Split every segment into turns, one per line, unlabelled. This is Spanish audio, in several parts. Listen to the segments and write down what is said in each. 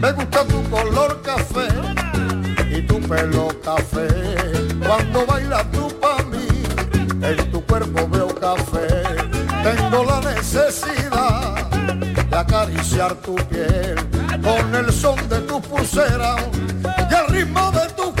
Me gusta tu color café y tu pelo café. Cuando bailas tú pa' mí, en tu cuerpo veo café. Tengo la necesidad de acariciar tu piel con el son de tu pulsera y el ritmo de tu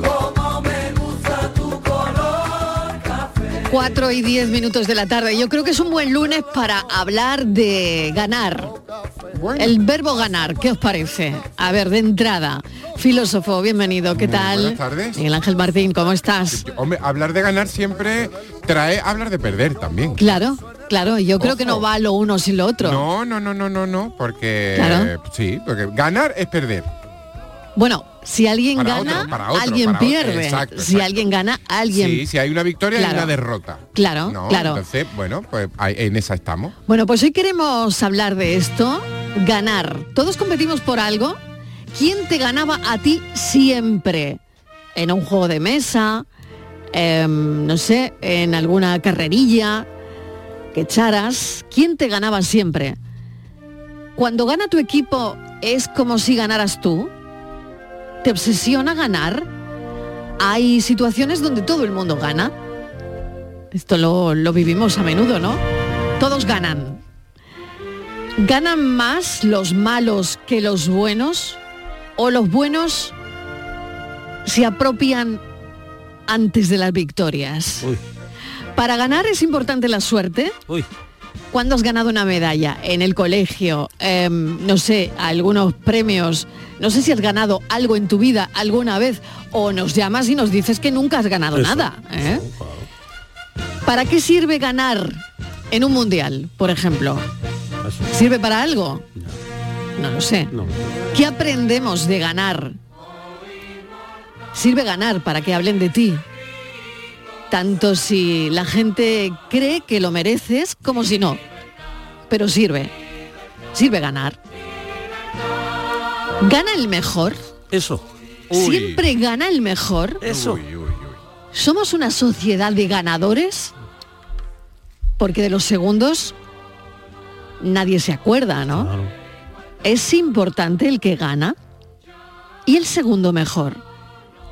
Como me gusta tu color
4 y 10 minutos de la tarde. Yo creo que es un buen lunes para hablar de ganar. El verbo ganar, ¿qué os parece? A ver, de entrada, filósofo, bienvenido, ¿qué tal?
buenas tardes.
Miguel Ángel Martín, ¿cómo estás?
Hombre, hablar de ganar siempre trae hablar de perder también.
Claro, claro, yo creo que no
Ojo.
va lo uno sin lo otro.
No, no, no, no, no, no, porque
Claro.
sí, porque ganar es perder.
Bueno, si alguien
Para
gana,
otro, para otro,
alguien
para otro.
pierde.
Exacto,
Si alguien gana, alguien
Sí, si hay una victoria y
Claro.
una derrota.
Claro,
¿no?
claro.
Entonces, bueno, pues ahí- en esa estamos.
Bueno, pues hoy queremos hablar de esto, ganar. Todos competimos por algo. ¿Quién te ganaba a ti siempre? En un juego de mesa, em, no sé, en alguna carrerilla que echaras. ¿Quién te ganaba siempre? Cuando gana tu equipo es como si ganaras tú. ¿Te obsesiona ganar? Hay situaciones donde todo el mundo gana. Esto lo, lo vivimos a menudo, ¿no? Todos ganan. ¿Ganan más los malos que los buenos? ¿O los buenos se apropian antes de las victorias? Para ganar es importante la suerte.
Uy.
¿Cuándo has ganado una medalla? ¿En el colegio? Em, no sé, algunos premios. No sé si has ganado algo en tu vida alguna vez. O nos llamas y nos dices que nunca has ganado
Eso,
nada. ¿eh? ¿Para qué sirve ganar en un mundial, por ejemplo? ¿Sirve para algo? No lo sé. ¿Qué aprendemos de ganar? Sirve ganar para que hablen de ti. Tanto si la gente cree que lo mereces como si no. Pero sirve. Sirve ganar. ¿Gana el mejor?
Eso.
¿Siempre gana el mejor?
Eso.
¿Somos una sociedad de ganadores? Porque de los segundos nadie se acuerda, ¿no? Es importante el que gana y el segundo mejor.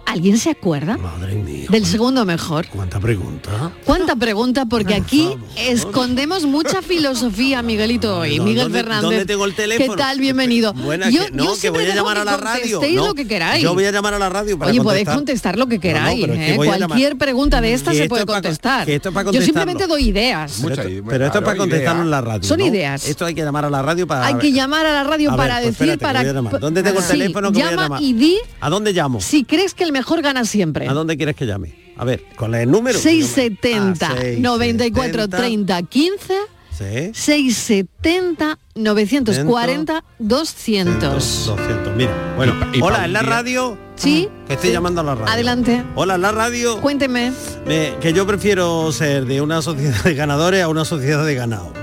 ¿Alguien se acuerda
Madre mía.
del segundo mejor?
¿Cuánta pregunta?
¿Cuánta pregunta? Porque aquí escondemos mucha filosofía, Miguelito, hoy.
No,
Miguel
¿dónde-
Fernández.
dónde tengo el teléfono?
¿Qué tal? Bienvenido.
Buena, que, no, que
siempre
voy
dejo
a llamar
que
a la radio.
contestéis
No,
lo que queráis.
Yo voy a llamar a la radio para
Oye,
contestar.
podéis contestar lo que queráis.
pero es que
¿eh?
voy a llamar-
Cualquier pregunta de estas
Que
se
esto
puede
es pa-
contestar.
que esto es pa
Yo simplemente doy ideas.
Pero esto- pero esto es para contestarlo en la radio.
Son
¿no?
ideas.
Esto hay que llamar a la radio para.
Hay que llamar a la radio
A ver,
para
pues
decir,
espérate,
para...
que voy a llamar. ¿Dónde tengo el
Sí,
teléfono que voy a
llama
llamar?
y di
¿A dónde llamo?
si crees que el mejor gana siempre.
¿A dónde quieres que llame? A ver, con el número.
670
Ah, 670.
94 30 15
Sí.
670 940 200.
200, mira. Bueno, hola, en la radio.
Sí,
Que estoy llamando a la radio.
adelante.
Hola, en la radio.
Cuénteme.
Me- que yo prefiero ser de una sociedad de ganadores a una sociedad de ganado.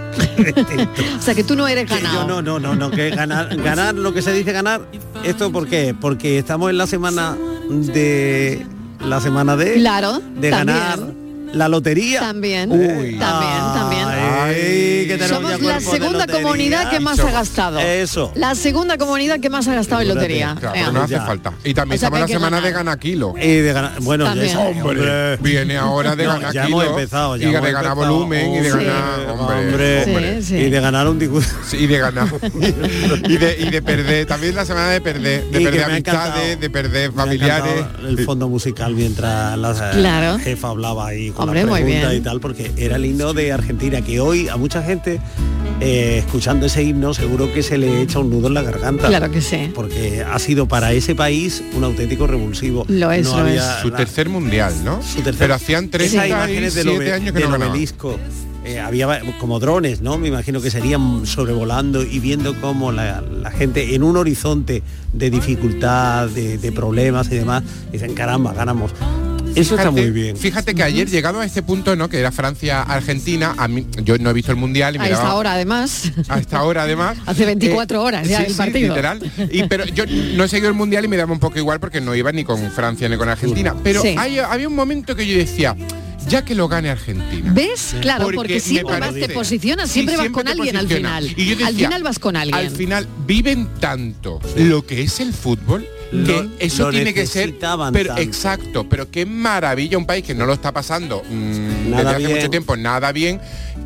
O sea, que tú no eres
Que yo
ganado.
no, no, no, no, que ganar, ganar lo que se dice ganar. ¿Esto por qué? Porque estamos en la semana de. La semana de.
Claro,
De
también.
ganar la lotería.
También,
Uy.
también, también.
Ay, que tenemos ya
Somos la
cuerpo de
segunda
lotería.
comunidad que más ha gastado.
Eso.
La segunda comunidad que más ha gastado en lotería.
Claro,
Eh,
pero no hace
Ya.
falta. Y también
O sea,
estamos en
que hay
la
que
semana de
ganar.
gana kilo.
Y Eh, de ganar. Bueno, ya
También.
es-
Hombre, viene ahora de
No,
ganar
ya
kilo
hemos empezado ya
y de
hemos
ganar
empezado.
volumen y de
Hombre,
ganar hombre,
hombre.
hombre.
Sí, sí.
Y de ganar un disgusto.
Sí, y de ganar y, de, y de perder también la semana de perder Eh, de
Y que
perder
me ha encantado.
amistades de perder
Me ha
familiares
encantado el fondo musical mientras la
Claro.
jefa hablaba ahí con
Hombre,
las
muy
preguntas
bien.
y tal porque era el himno de Argentina que hoy a mucha gente eh, escuchando ese himno seguro que se le echa un nudo en la garganta.
Claro que sí.
Porque ha sido para ese país un auténtico revulsivo.
Lo es, lo es.
Su tercer mundial, ¿no?
Su tercer-
Pero hacían
Esas imágenes del
37
obe-
años que
del
no ganaban.
obelisco. Eh, había va- como drones, ¿no? Me imagino que serían sobrevolando y viendo cómo la, la gente en un horizonte de dificultad, de, de problemas y demás, dicen, caramba, ganamos. Eso está muy bien.
Fíjate que ayer llegado a este punto, ¿no? Que era Francia-Argentina. A mí, yo no he visto el mundial y me
A esta
daba-
hora además.
a esta hora además. Eh,
Hace 24 horas ya el partido.
literal. Y, pero yo no he seguido el Mundial y me daba un poco igual porque no iba ni con Francia ni con Argentina. Pero
Sí.
hay- había un momento que yo decía, ya que lo gane Argentina.
¿Ves? Claro, porque,
me
siempre vas,
parece-
te posicionas,
Sí,
siempre vas con
te
alguien al
posiciona.
final.
Y yo
al
decía,
final vas con alguien.
Al final viven tanto lo que es el fútbol que
Lo-
eso
lo
tiene que ser
necesitaban
pero
tanto.
exacto pero qué maravilla un país que no lo está pasando mm,
Nada
desde hace
bien.
mucho tiempo nada bien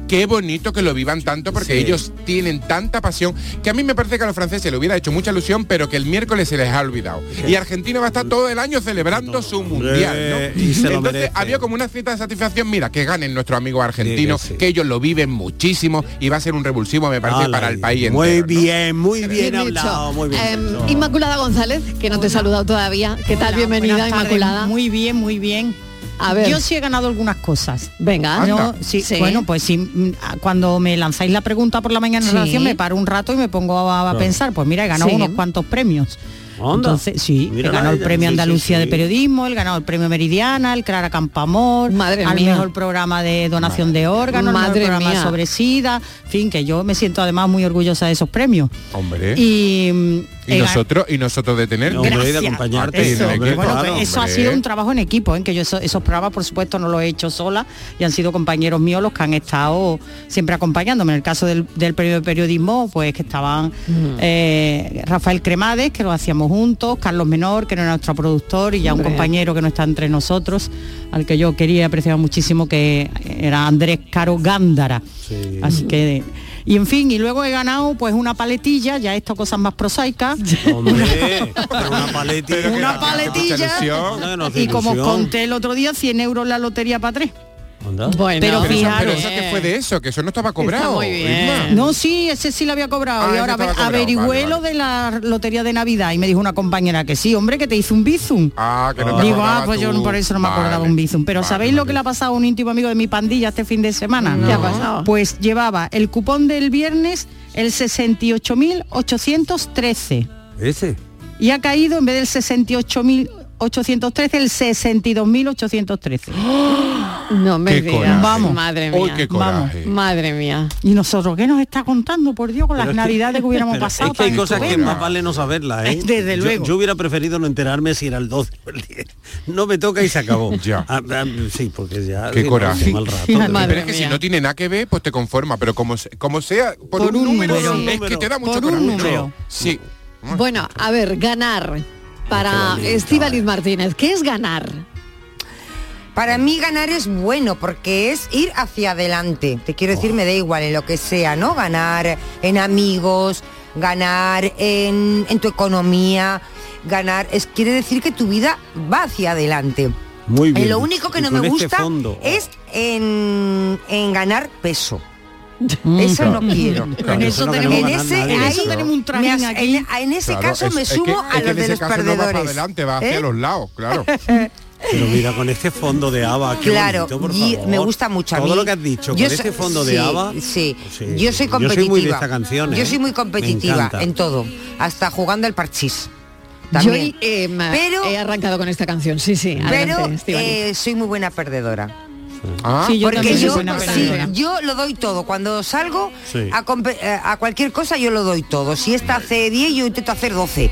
qué bonito que lo vivan tanto porque
Sí.
ellos tienen tanta pasión que a mí me parece que a los franceses le hubiera hecho mucha ilusión pero que el miércoles se les ha olvidado y Argentina va a estar todo el año celebrando su mundial ¿no?
Eh, y se lo
entonces
merece.
había como una cierta satisfacción mira que ganen nuestros amigos argentinos
Sí, que sí.
que ellos lo viven muchísimo y va a ser un revulsivo me parece
Ala,
para el país
Muy
entero, ¿no?
bien, muy bien
Bien
hablado,
hecho.
muy bien.
Em,
hecho.
Inmaculada González, que no te he saludado todavía. ¿Qué tal?
Hola,
Bienvenida,
buenas tardes.
Inmaculada.
Muy bien, muy bien.
A ver.
Yo sí he ganado algunas cosas.
Venga.
Anda.
No, sí,
Sí.
Bueno, pues sí, mm, ah, cuando me lanzáis la pregunta por la mañana en
Sí.
relación, me paro un rato y me pongo a, a pensar, pues mira, he ganado
Sí.
unos cuantos premios.
Anda.
Entonces, sí,
Mírala
he ganado el
ella.
premio
Sí, sí,
Andalucía
sí.
de Periodismo, el ganado el premio Meridiana, el Clara Campamor,
Madre
al
mía.
mejor programa de donación de órganos, al
Madre
mejor programa
mía.
sobre SIDA, en fin, que yo me siento además muy orgullosa de esos premios.
hombre y,
Y, mm, he gan-
nosotros y nosotros de tener
No, hombre, de
Gracias.
acompañarte
y
Eso,
en el equipo,
bueno,
claro,
pues eso ha
hombre.
sido un trabajo en equipo, en que yo eso- esos programas, por supuesto, no los he hecho sola y han sido compañeros míos los que han estado siempre acompañándome. En el caso del, del periodo de periodismo, pues que estaban
Mm.
eh, Rafael Cremades, que lo hacíamos juntos, Carlos Menor, que no era nuestro productor, y ya un
Hombre.
compañero que no está entre nosotros, al que yo quería y apreciaba muchísimo, que era Andrés Caro Gándara. Así que. Y en fin, y luego he ganado pues una paletilla, ya he hecho cosas más prosaicas.
Hombre, pero una paletilla.
Pero que
una
nos hace mucha
paletilla.
ilusión.
Anda, que nos hace
Y como
ilusión.
conté el otro día, 100 euros la lotería para tres.
Anda.
Bueno,
Pero
Pero, eso-
Fijaros.
pero eso que fue de eso que eso no estaba cobrado
muy bien.
Isma.
No, sí, ese sí lo había cobrado.
Ah,
y
ese
ahora
estaba
aver-
cobrado,
averigüé
vale,
lo
vale.
de la lotería de Navidad. Y me dijo una compañera que sí, hombre, que te hizo un bizum.
ah que no te
Digo, ah,
acordabas
pues yo
tú.
por eso no me acordaba
Vale.
un bizum. Pero
Vale,
¿sabéis lo que le ha pasado a un íntimo amigo de mi pandilla este fin de semana?
No. ¿Qué ha pasado?
Pues llevaba el cupón del viernes el 68.813.
Ese.
Y ha caído en vez del 68.813, el 62.813.
No me
Qué
digas.
coraje.
Vamos.
Madre mía.
Uy, qué coraje.
Madre mía.
Y nosotros, ¿qué nos está contando, por Dios, con las navidades que hubiéramos
Pero
pasado?
Es que hay
tan
cosas que
estupendas?
más vale no saberlas, ¿eh?
Desde
Yo-
luego.
Yo, hubiera preferido no enterarme si era el 12 o el 10. No me toca y se acabó.
Ya.
Ah, ah, sí, porque ya...
Qué
sí, no,
coraje.
qué mal rato,
Sí,
de
madre.
verdad.
pero es que si
mía.
no tiene nada que ver pues te conforma pero como se- como sea por,
Por
un,
un
número,
número,
es
sí.
que te da mucho
Por un
coraje.
número.
sí
Bueno, a ver, ganar. Para Estíbaliz Martínez, ¿qué es ganar?
Para mí ganar es bueno porque es ir hacia adelante. Te quiero decir, me da igual en lo que sea, ¿no? Ganar en amigos, ganar en, en tu economía, ganar es quiere decir que tu vida va hacia adelante.
Muy bien.
Eh, lo único que
Y
no
con
me
este
gusta
fondo.
es en, en ganar peso. Eso no quiero.
Mm. Claro, En eso
eso no tenemos
en
ganas
ese,
nadie,
ahí
eso.
tenemos un trajín
me as-
aquí.
en- en ese
Claro,
caso
es-
me
es
sumo
que-
a
es que
los
en
de
ese
los
caso no va para
perdedores.
adelante va hacia
¿Eh?
los lados claro
Pero mira, con este fondo de haba, qué
Claro,
bonito, por
y
favor.
me gusta mucho a
Todo
mí.
lo que has dicho,
Yo
con
so-
este fondo
sí,
de haba.
Sí.
Sí,
yo soy
Yo
competitiva.
soy muy de esta canción.
Yo
¿eh?
soy muy
Me
competitiva
encanta.
en todo, hasta jugando al parchís.
Yo
También.
eh,
Pero-
he arrancado con esta canción, sí, sí.
Pero
adelante, Estíbaliz.
eh, soy muy buena perdedora.
Ah,
Sí, yo
Porque
también soy
yo,
buena
sí,
perdedora.
yo lo doy todo. Cuando salgo
Sí.
a, compe- eh, a cualquier cosa yo lo doy todo. Si esta hace 10, yo intento hacer 12.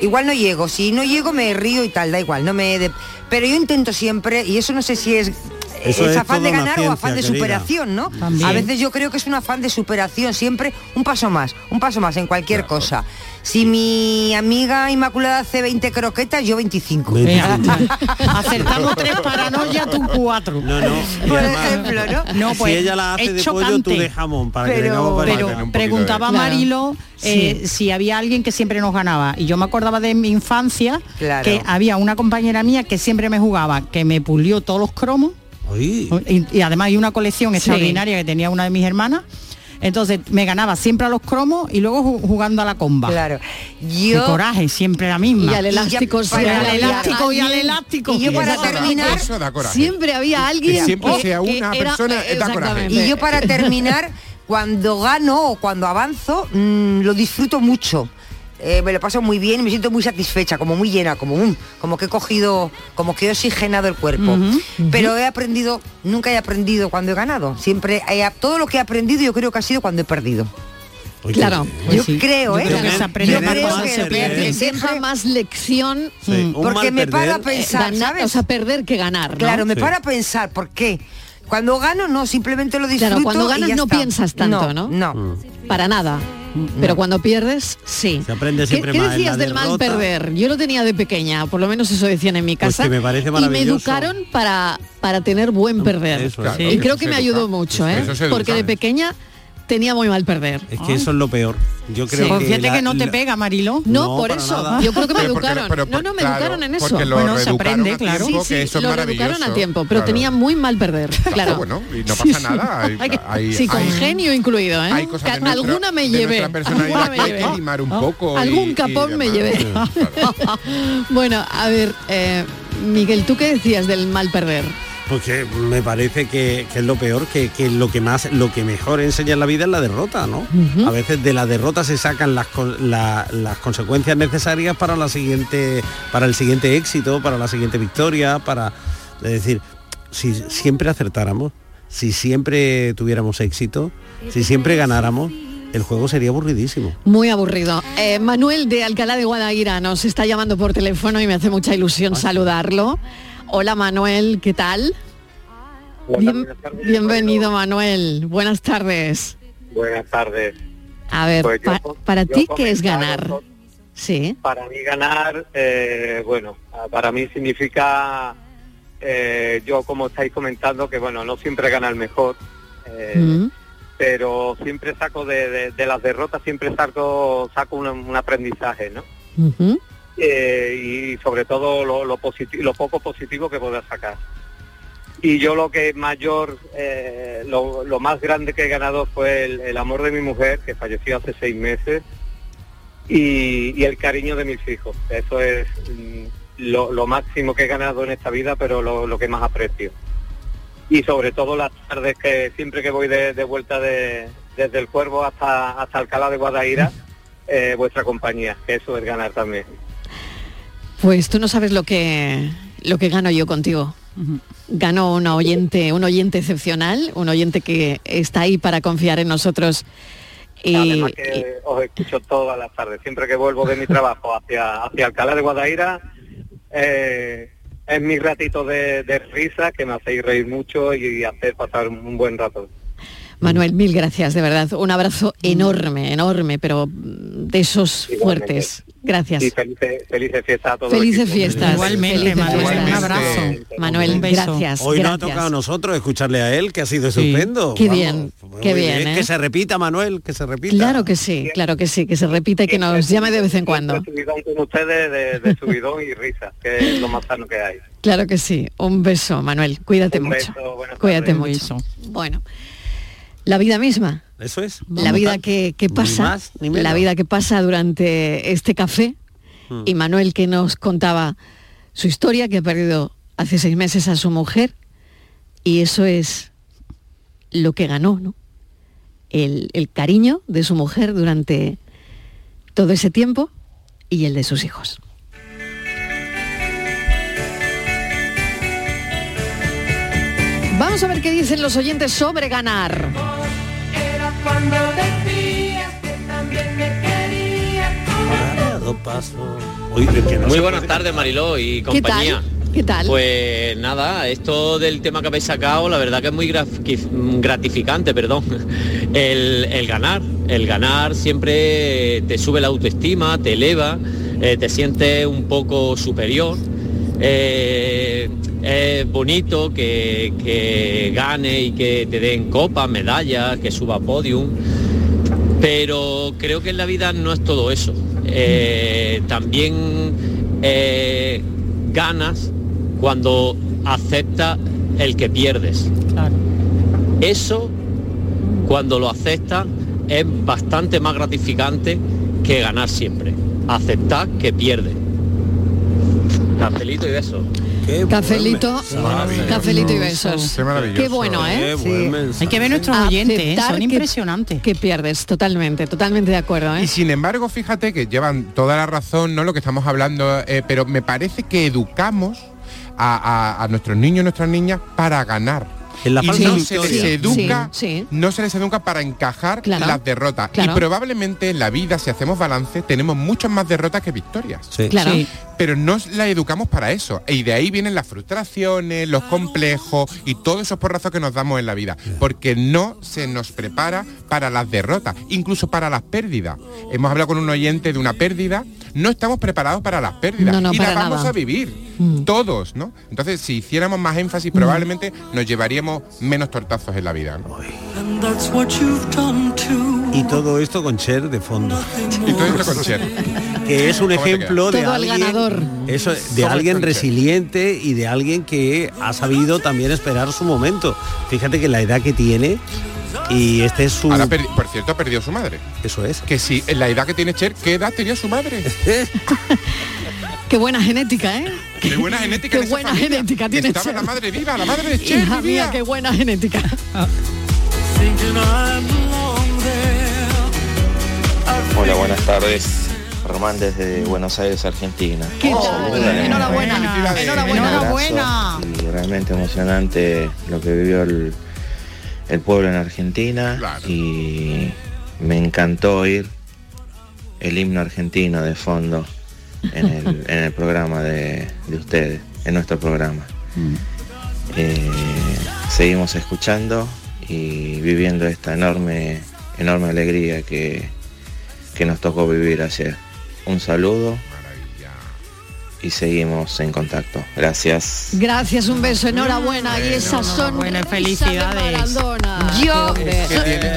Igual no llego. Si no llego me río y tal, da igual. No me de- Pero yo intento siempre, y eso no sé si es... eh,
Eso
es
es
afán
toda
de
una
ganar o
ciencia,
afán de
querida.
superación, ¿no?
También.
A veces yo creo que es un afán de superación, siempre un paso más, un paso más en cualquier cosa. Si mi amiga Inmaculada hace 20 croquetas, yo 25.
Me-
Vea, acertamos tres paranoia, tú cuatro.
No, no.
Pues
y
Por
además,
ejemplo, ¿no?
No,
si
pues,
ella la hace
es
de pollo, tú
chocante.
de jamón, para que tengamos
Pero-
para
pero
tener un poquito
preguntaba
de-
Marilo eh, si había alguien que siempre nos ganaba y yo me acordaba de mi infancia
Claro.
que había una compañera mía que siempre me jugaba que me pulió todos los cromos
Ay,
y, y además hay una colección extraordinaria que tenía una de mis hermanas Entonces me ganaba siempre a los cromos y luego ju- jugando a la comba.
Claro.
Qué
Yo-
coraje, siempre la misma.
Y al elástico,
Y ya-
sí,
al
había
elástico, y al
alguien-
elástico.
Y yo para
Eso da-
terminar,
eso da coraje.
Siempre había alguien
Que siempre
que-
sea
que
una
era-
persona, eh, da coraje.
exactamente.
Y yo para terminar, cuando gano o cuando avanzo, mm, lo disfruto mucho. Eh, me lo paso muy bien y me siento muy satisfecha, como muy llena, como un, como que he cogido, como que he oxigenado el cuerpo. Pero he aprendido, nunca he aprendido cuando he ganado. Siempre he, ap- todo lo que he aprendido yo creo que ha sido cuando he perdido.
Oye,
Claro.
oye,
yo creo, ¿eh?
Pues Yo creo que se aprende
Yo
para
creo
cuando
que
se pierde.
Te
pierde.
deja más lección
sí, un
Mm, Porque
mal
me para a
perder,
eh,
pensar,
ganar,
¿sabes?
o sea, perder que ganar. ¿no?
Claro, me
Sí.
para a pensar, ¿por qué? Cuando gano, no, simplemente lo disfruto.
Claro, cuando
y
ganas
ya
no
está.
piensas tanto, ¿no?
No.
Para nada. Pero cuando pierdes, sí.
Mm, Se aprende
¿Qué-
siempre
¿Qué,
más en
decías
la
del mal
derrota?
perder? Yo lo tenía de pequeña, por lo menos eso decían en mi
Pues
casa.
que me parece
y me
maravilloso.
educaron para, para tener buen perder.
Eso es.
Claro,
Y
eso
creo
se
que me
educa.
ayudó mucho, ¿eh?
Eso se educa.
Porque de pequeña tenía muy mal perder.
Es que eso es lo peor. Yo creo
Sí.
que
Pues fíjate
la-
que no te
la-
pega, Marilo.
No,
No,
por
para
eso.
nada.
Yo creo que me
Pero porque-
educaron.
pero
no,
por-
no, me
claro,
educaron en eso.
Porque lo
Bueno, se
reeducaron
aprende,
a
claro.
tiempo,
Sí, sí,
que eso es
lo
maravilloso.
educaron a tiempo, pero
Claro.
tenía muy mal perder, claro.
bueno, y no pasa nada, hay-
Hay-
hay-
sí, con
hay-
genio incluido, ¿eh?
Hay cosas
Ca-
de nuestra-
alguna me
de
llevé.
nuestra personalidad
alguna me
que hay
llevé.
que limar un poco y-
Algún
y
capón me
demás.
llevé.
Sí, claro.
bueno, a ver, eh, Miguel, ¿tú qué decías del mal perder?
Porque me parece que, que es lo peor, que, que lo que más, lo que mejor enseña en la vida es la derrota, ¿no? A veces de la derrota se sacan las, con- la- las consecuencias necesarias para la siguiente, para el siguiente éxito, para la siguiente victoria, para. Es decir, si siempre acertáramos, si siempre tuviéramos éxito, si siempre ganáramos, el juego sería aburridísimo.
Muy aburrido. Eh, Manuel de Alcalá de Guadaira nos está llamando por teléfono y me hace mucha
Ah,
ilusión saludarlo. Hola Manuel, ¿qué tal? Bien- bienvenido Manuel, buenas tardes.
Buenas tardes.
A ver,
Pues yo
pa-
con-
para
yo
ti, ¿qué es
comentaba
ganar?
con-
Sí,
Para mí ganar, eh, bueno, para mí significa, eh, yo como estáis comentando, que bueno, no siempre gana el mejor, eh,
Mm,
pero siempre saco de, de- de las derrotas, siempre saco, saco un, un aprendizaje, ¿no?
ujú.
Eh, y sobre todo lo, lo, posit- lo poco positivo que pueda sacar. Y yo lo que mayor, eh, lo, lo más grande que he ganado fue el, el amor de mi mujer, que falleció hace seis meses, y, y el cariño de mis hijos. Eso es mm, lo, lo máximo que he ganado en esta vida, pero lo, lo que más aprecio. Y sobre todo las tardes que siempre que voy de, de vuelta de- desde el Cuervo hasta, hasta Alcalá de Guadaira, eh, vuestra compañía, que eso es ganar también.
Pues tú no sabes lo que lo que gano yo contigo. Gano una oyente, un oyente excepcional, un oyente que está ahí para confiar en nosotros. Y,
Además
y-
que os escucho todas las tardes, siempre que vuelvo de mi trabajo hacia, hacia Alcalá de Guadaira, eh, es mi ratito de, de risa que me hacéis reír mucho y hacer pasar un buen rato.
Manuel, mil gracias, de verdad. Un abrazo enorme, enorme, pero mm, de esos
Mm. Igualmente.
fuertes. Gracias.
Y felices, felices fiestas a todos.
Felices fiestas.
Igualmente,
felices
Manuel,
fiestas.
un abrazo.
Manuel,
Un beso.
gracias.
Hoy nos ha
gracias.
tocado a nosotros escucharle a él, que ha sido
Sí.
estupendo.
Qué bien,
muy
qué bien, ¿eh?
Que se repita, Manuel, que se repita.
Claro que sí, claro que sí, que se repita y que nos llame de vez en cuando.
Subidón Pues, con ustedes de, de subidón y risa, que es lo más sano que hay.
Claro que sí. Un beso, Manuel. Cuídate
Un
mucho.
beso, buenas
Cuídate
tardes.
Un
mucho.
beso.
Bueno, la vida misma,
Eso es.
la vida que, que
Ni
pasa,
más, ni menos. Mm.
la vida que pasa durante este café. Y Manuel que nos contaba su historia, que ha perdido hace seis meses a su mujer. Y eso es lo que ganó, ¿no? El, el cariño de su mujer durante todo ese tiempo y el de sus hijos. Vamos a ver qué dicen los oyentes sobre ganar.
Era cuando decías que también me querías.
Ah, dos pasos. Oye, que no
Muy
se
buenas
puede.
tardes Mariló y
¿Qué
compañía.
tal? ¿Qué tal?
Pues nada, esto del tema que habéis sacado, la verdad que es muy graf- que- mm, gratificante, perdón. El, el ganar, el ganar siempre te sube la autoestima, te eleva, eh, te sientes un poco superior. Eh, es bonito que, que gane y que te den copas, medallas, que suba a podium. Pero creo que en la vida no es todo eso. Eh, también eh, ganas cuando aceptas el que pierdes.
Claro.
Eso cuando lo aceptas es bastante más gratificante que ganar siempre. Aceptar que pierdes. Cafelito y besos.
Cafelito,
Maravilloso.
cafelito y besos.
Qué maravilloso.
Qué bueno, ¿eh?
Qué buen mensaje.
Hay que ver nuestros oyentes, ¿eh?
Aceptar
son
que-
impresionantes.
Que pierdes, totalmente, totalmente de acuerdo, ¿eh?
Y sin embargo, fíjate que llevan toda la razón, ¿no? Lo que estamos hablando, eh, pero me parece que educamos a, a- a nuestros niños y nuestras niñas para ganar.
la
y
falsa
no se les
victoria. Sí,
educa,
sí,
no se les educa para encajar
Claro,
las derrotas.
claro.
Y probablemente en la vida, si hacemos balance, tenemos muchas más derrotas que victorias.
Claro. Sí.
Pero no la educamos para eso. Y de ahí vienen las frustraciones, los complejos y todos esos porrazos que nos damos en la vida. Porque no se nos prepara para las derrotas, incluso para las pérdidas. Hemos hablado con un oyente de una pérdida. No estamos preparados para las pérdidas.
No, no,
y
para
las vamos
nada.
a
Mm.
vivir. Todos, ¿no? Entonces, si hiciéramos más énfasis, probablemente nos llevaríamos menos tortazos en la vida. ¿no?
And that's what you've done too.
Y todo esto con Cher de fondo.
Y todo esto con Cher.
Que es un
¿Cómo te
ejemplo de
Todo al
alguien,
ganador.
eso, de
Todo
alguien
con Cher.
resiliente y de alguien que ha sabido también esperar su momento. Fíjate que la edad que tiene y este es su...
Ahora, perdi- por cierto, ha perdido su madre.
Eso es.
Que sí, en la edad que tiene Cher, ¿qué edad tenía su madre?
Qué buena genética, ¿eh?
Qué buena genética en
Qué
esa
buena
familia.
genética tiene
Estaba
Cher.
la madre viva, la madre de Cher
Hija
vivía.
mía, qué buena genética.
Thinking I belong there.
Hola, buenas tardes. Román desde Buenos Aires, Argentina.
¿Qué tal? Enhorabuena.
Felicidades.
Enhorabuena.
Un abrazo
Enhorabuena.
Y realmente emocionante lo que vivió el, el pueblo en Argentina. Y me encantó oír el himno argentino de fondo en el, en el programa de, de ustedes, en nuestro programa. Eh, seguimos escuchando y viviendo esta enorme, enorme alegría que, que nos tocó vivir ayer. Un saludo y seguimos en contacto. Gracias.
Gracias, un beso, enhorabuena. y esas son
felicidades.
Yo,
Que tiene-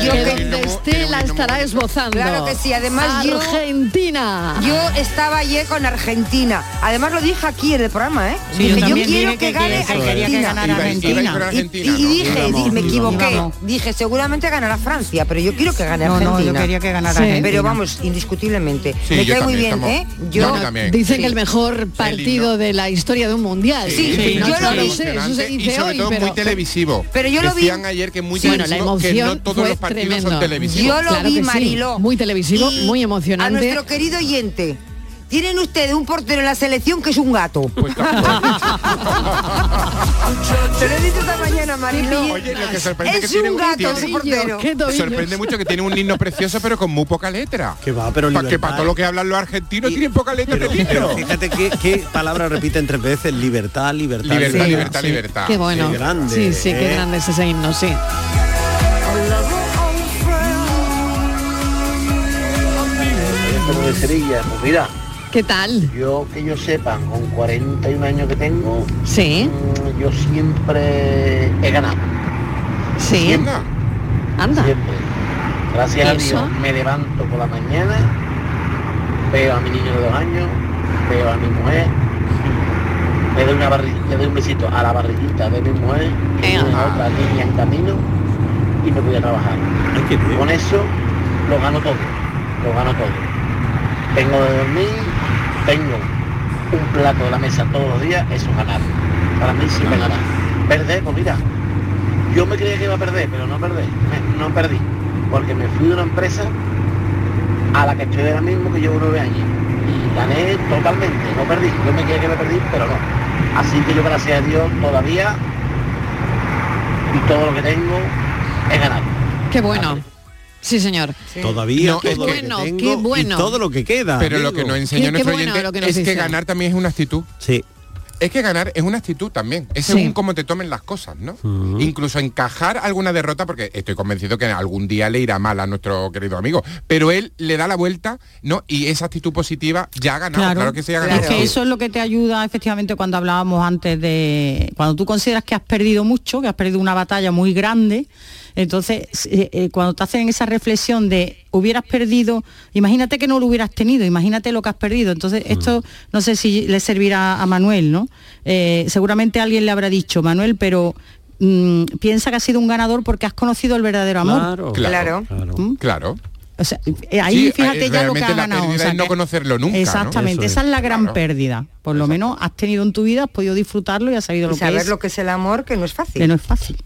yo
que
que donde esté la estará esbozando.
Claro que sí, además yo-
Argentina.
Yo estaba ayer con Argentina. Además lo dije aquí en el programa, ¿eh?
Sí, yo
dije, yo,
también
quiero
dije
que,
que-
gane
que eso, quería que
Argentina.
ganara Iba- iba a ir con
Y-
Argentina,
y,
¿no?
dije,
Íbamos,
di- me equivoqué.
íbamos.
Dije, seguramente ganará Francia, pero yo quiero que gane
No, no,
Argentina.
yo quería que ganara
Sí.
Argentina.
Pero vamos, indiscutiblemente.
Sí,
me
yo
cae muy bien,
también,
¿eh?
estamos-
Yo,
yo también.
Dicen que el mejor partido de la historia de un mundial.
Sí, sí,
No
yo
se
lo vi.
dice, Eso se
Y
dice
sobre
hoy,
todo
pero-
muy televisivo.
Pero yo lo vi-
Decían ayer que muy
Sí, bueno, la
televisivo, que no
emoción
todos
fue
los partidos
tremendo.
son televisivos.
Yo lo
Claro
vi,
que sí.
Mariló.
Muy televisivo,
Y
muy
a
emocionante.
nuestro querido oyente. Tienen ustedes un portero en la selección que es un gato. Te lo he dicho esta mañana, Mariló.
Oye, lo que sorprende
es
que tiene
un gato ese portero.
sorprende mucho que tiene un himno precioso pero con muy poca letra. Que
va, pero
para que
libertad.
para todo lo que hablan los argentinos tienen poca letra en el himno.
Pero fíjate qué, qué palabra repiten tres veces, libertad, libertad.
Libertad, libertad, libertad.
Qué bueno.
Qué grande,
sí, sí, qué
¿eh?
grande es ese himno, sí.
Alejandro de Sevilla, pues mira.
¿Qué tal?
Yo que yo sepa, con 41 años que tengo,
Sí.
mm, yo siempre he ganado.
Sí.
Siempre.
Anda.
Siempre. Gracias a
¿Y eso?
Dios me levanto por la mañana, veo a mi niño de dos años, veo a mi mujer, le doy, una barri- le doy un besito a la barriguita de mi mujer y a otra niña en camino y me voy a trabajar. Con eso lo gano todo, lo gano todo. Tengo de dormir, tengo un plato de la mesa todos los días, eso es ganar. Para mí sí me ganar. Perder, pues mira, yo me creía que iba a perder, pero no perdí, me- no perdí, porque me fui de una empresa a la que estoy ahora mismo, que llevo nueve años, y gané totalmente, no perdí, yo me creía que me perdí, pero no. Así que yo gracias a Dios todavía y todo lo que tengo es ganar.
Qué bueno. Sí, señor.
Todavía
No,
todo
es
lo
que-
que
Bueno,
tengo
qué bueno.
y todo lo que queda.
Pero lo que nos enseñó nuestro oyente es que ganar también es una actitud.
Sí.
Es que ganar es una actitud también, es
Sí.
según cómo te tomen las cosas, ¿no? Incluso encajar alguna derrota, porque estoy convencido que algún día le irá mal a nuestro querido amigo, pero él le da la vuelta, ¿no? Y esa actitud positiva ya ha ganado, claro, que sí ha ganado.
Es que eso es lo que te ayuda efectivamente cuando hablábamos antes de cuando tú consideras que has perdido mucho, que has perdido una batalla muy grande, entonces eh, eh, cuando te hacen esa reflexión de hubieras perdido, imagínate que no lo hubieras tenido, imagínate lo que has perdido. Entonces esto no sé si le servirá a Manuel, ¿no? Eh, seguramente alguien le habrá dicho, Manuel, pero mm, piensa que has sido un ganador porque has conocido el verdadero amor.
Claro.
¿Mm?
Claro.
O sea, eh, ahí
Sí,
fíjate
eh,
ya lo
realmente
que has
la
ganado.
pérdida
o sea,
es no
que-
conocerlo nunca, ¿no?
Exactamente,
Eso
esa es
es.
la gran
Claro.
pérdida. Por lo menos has tenido en tu vida, has podido disfrutarlo y has sabido lo
Y saber
que es.
lo que es el amor, que no es fácil.
Que no es fácil.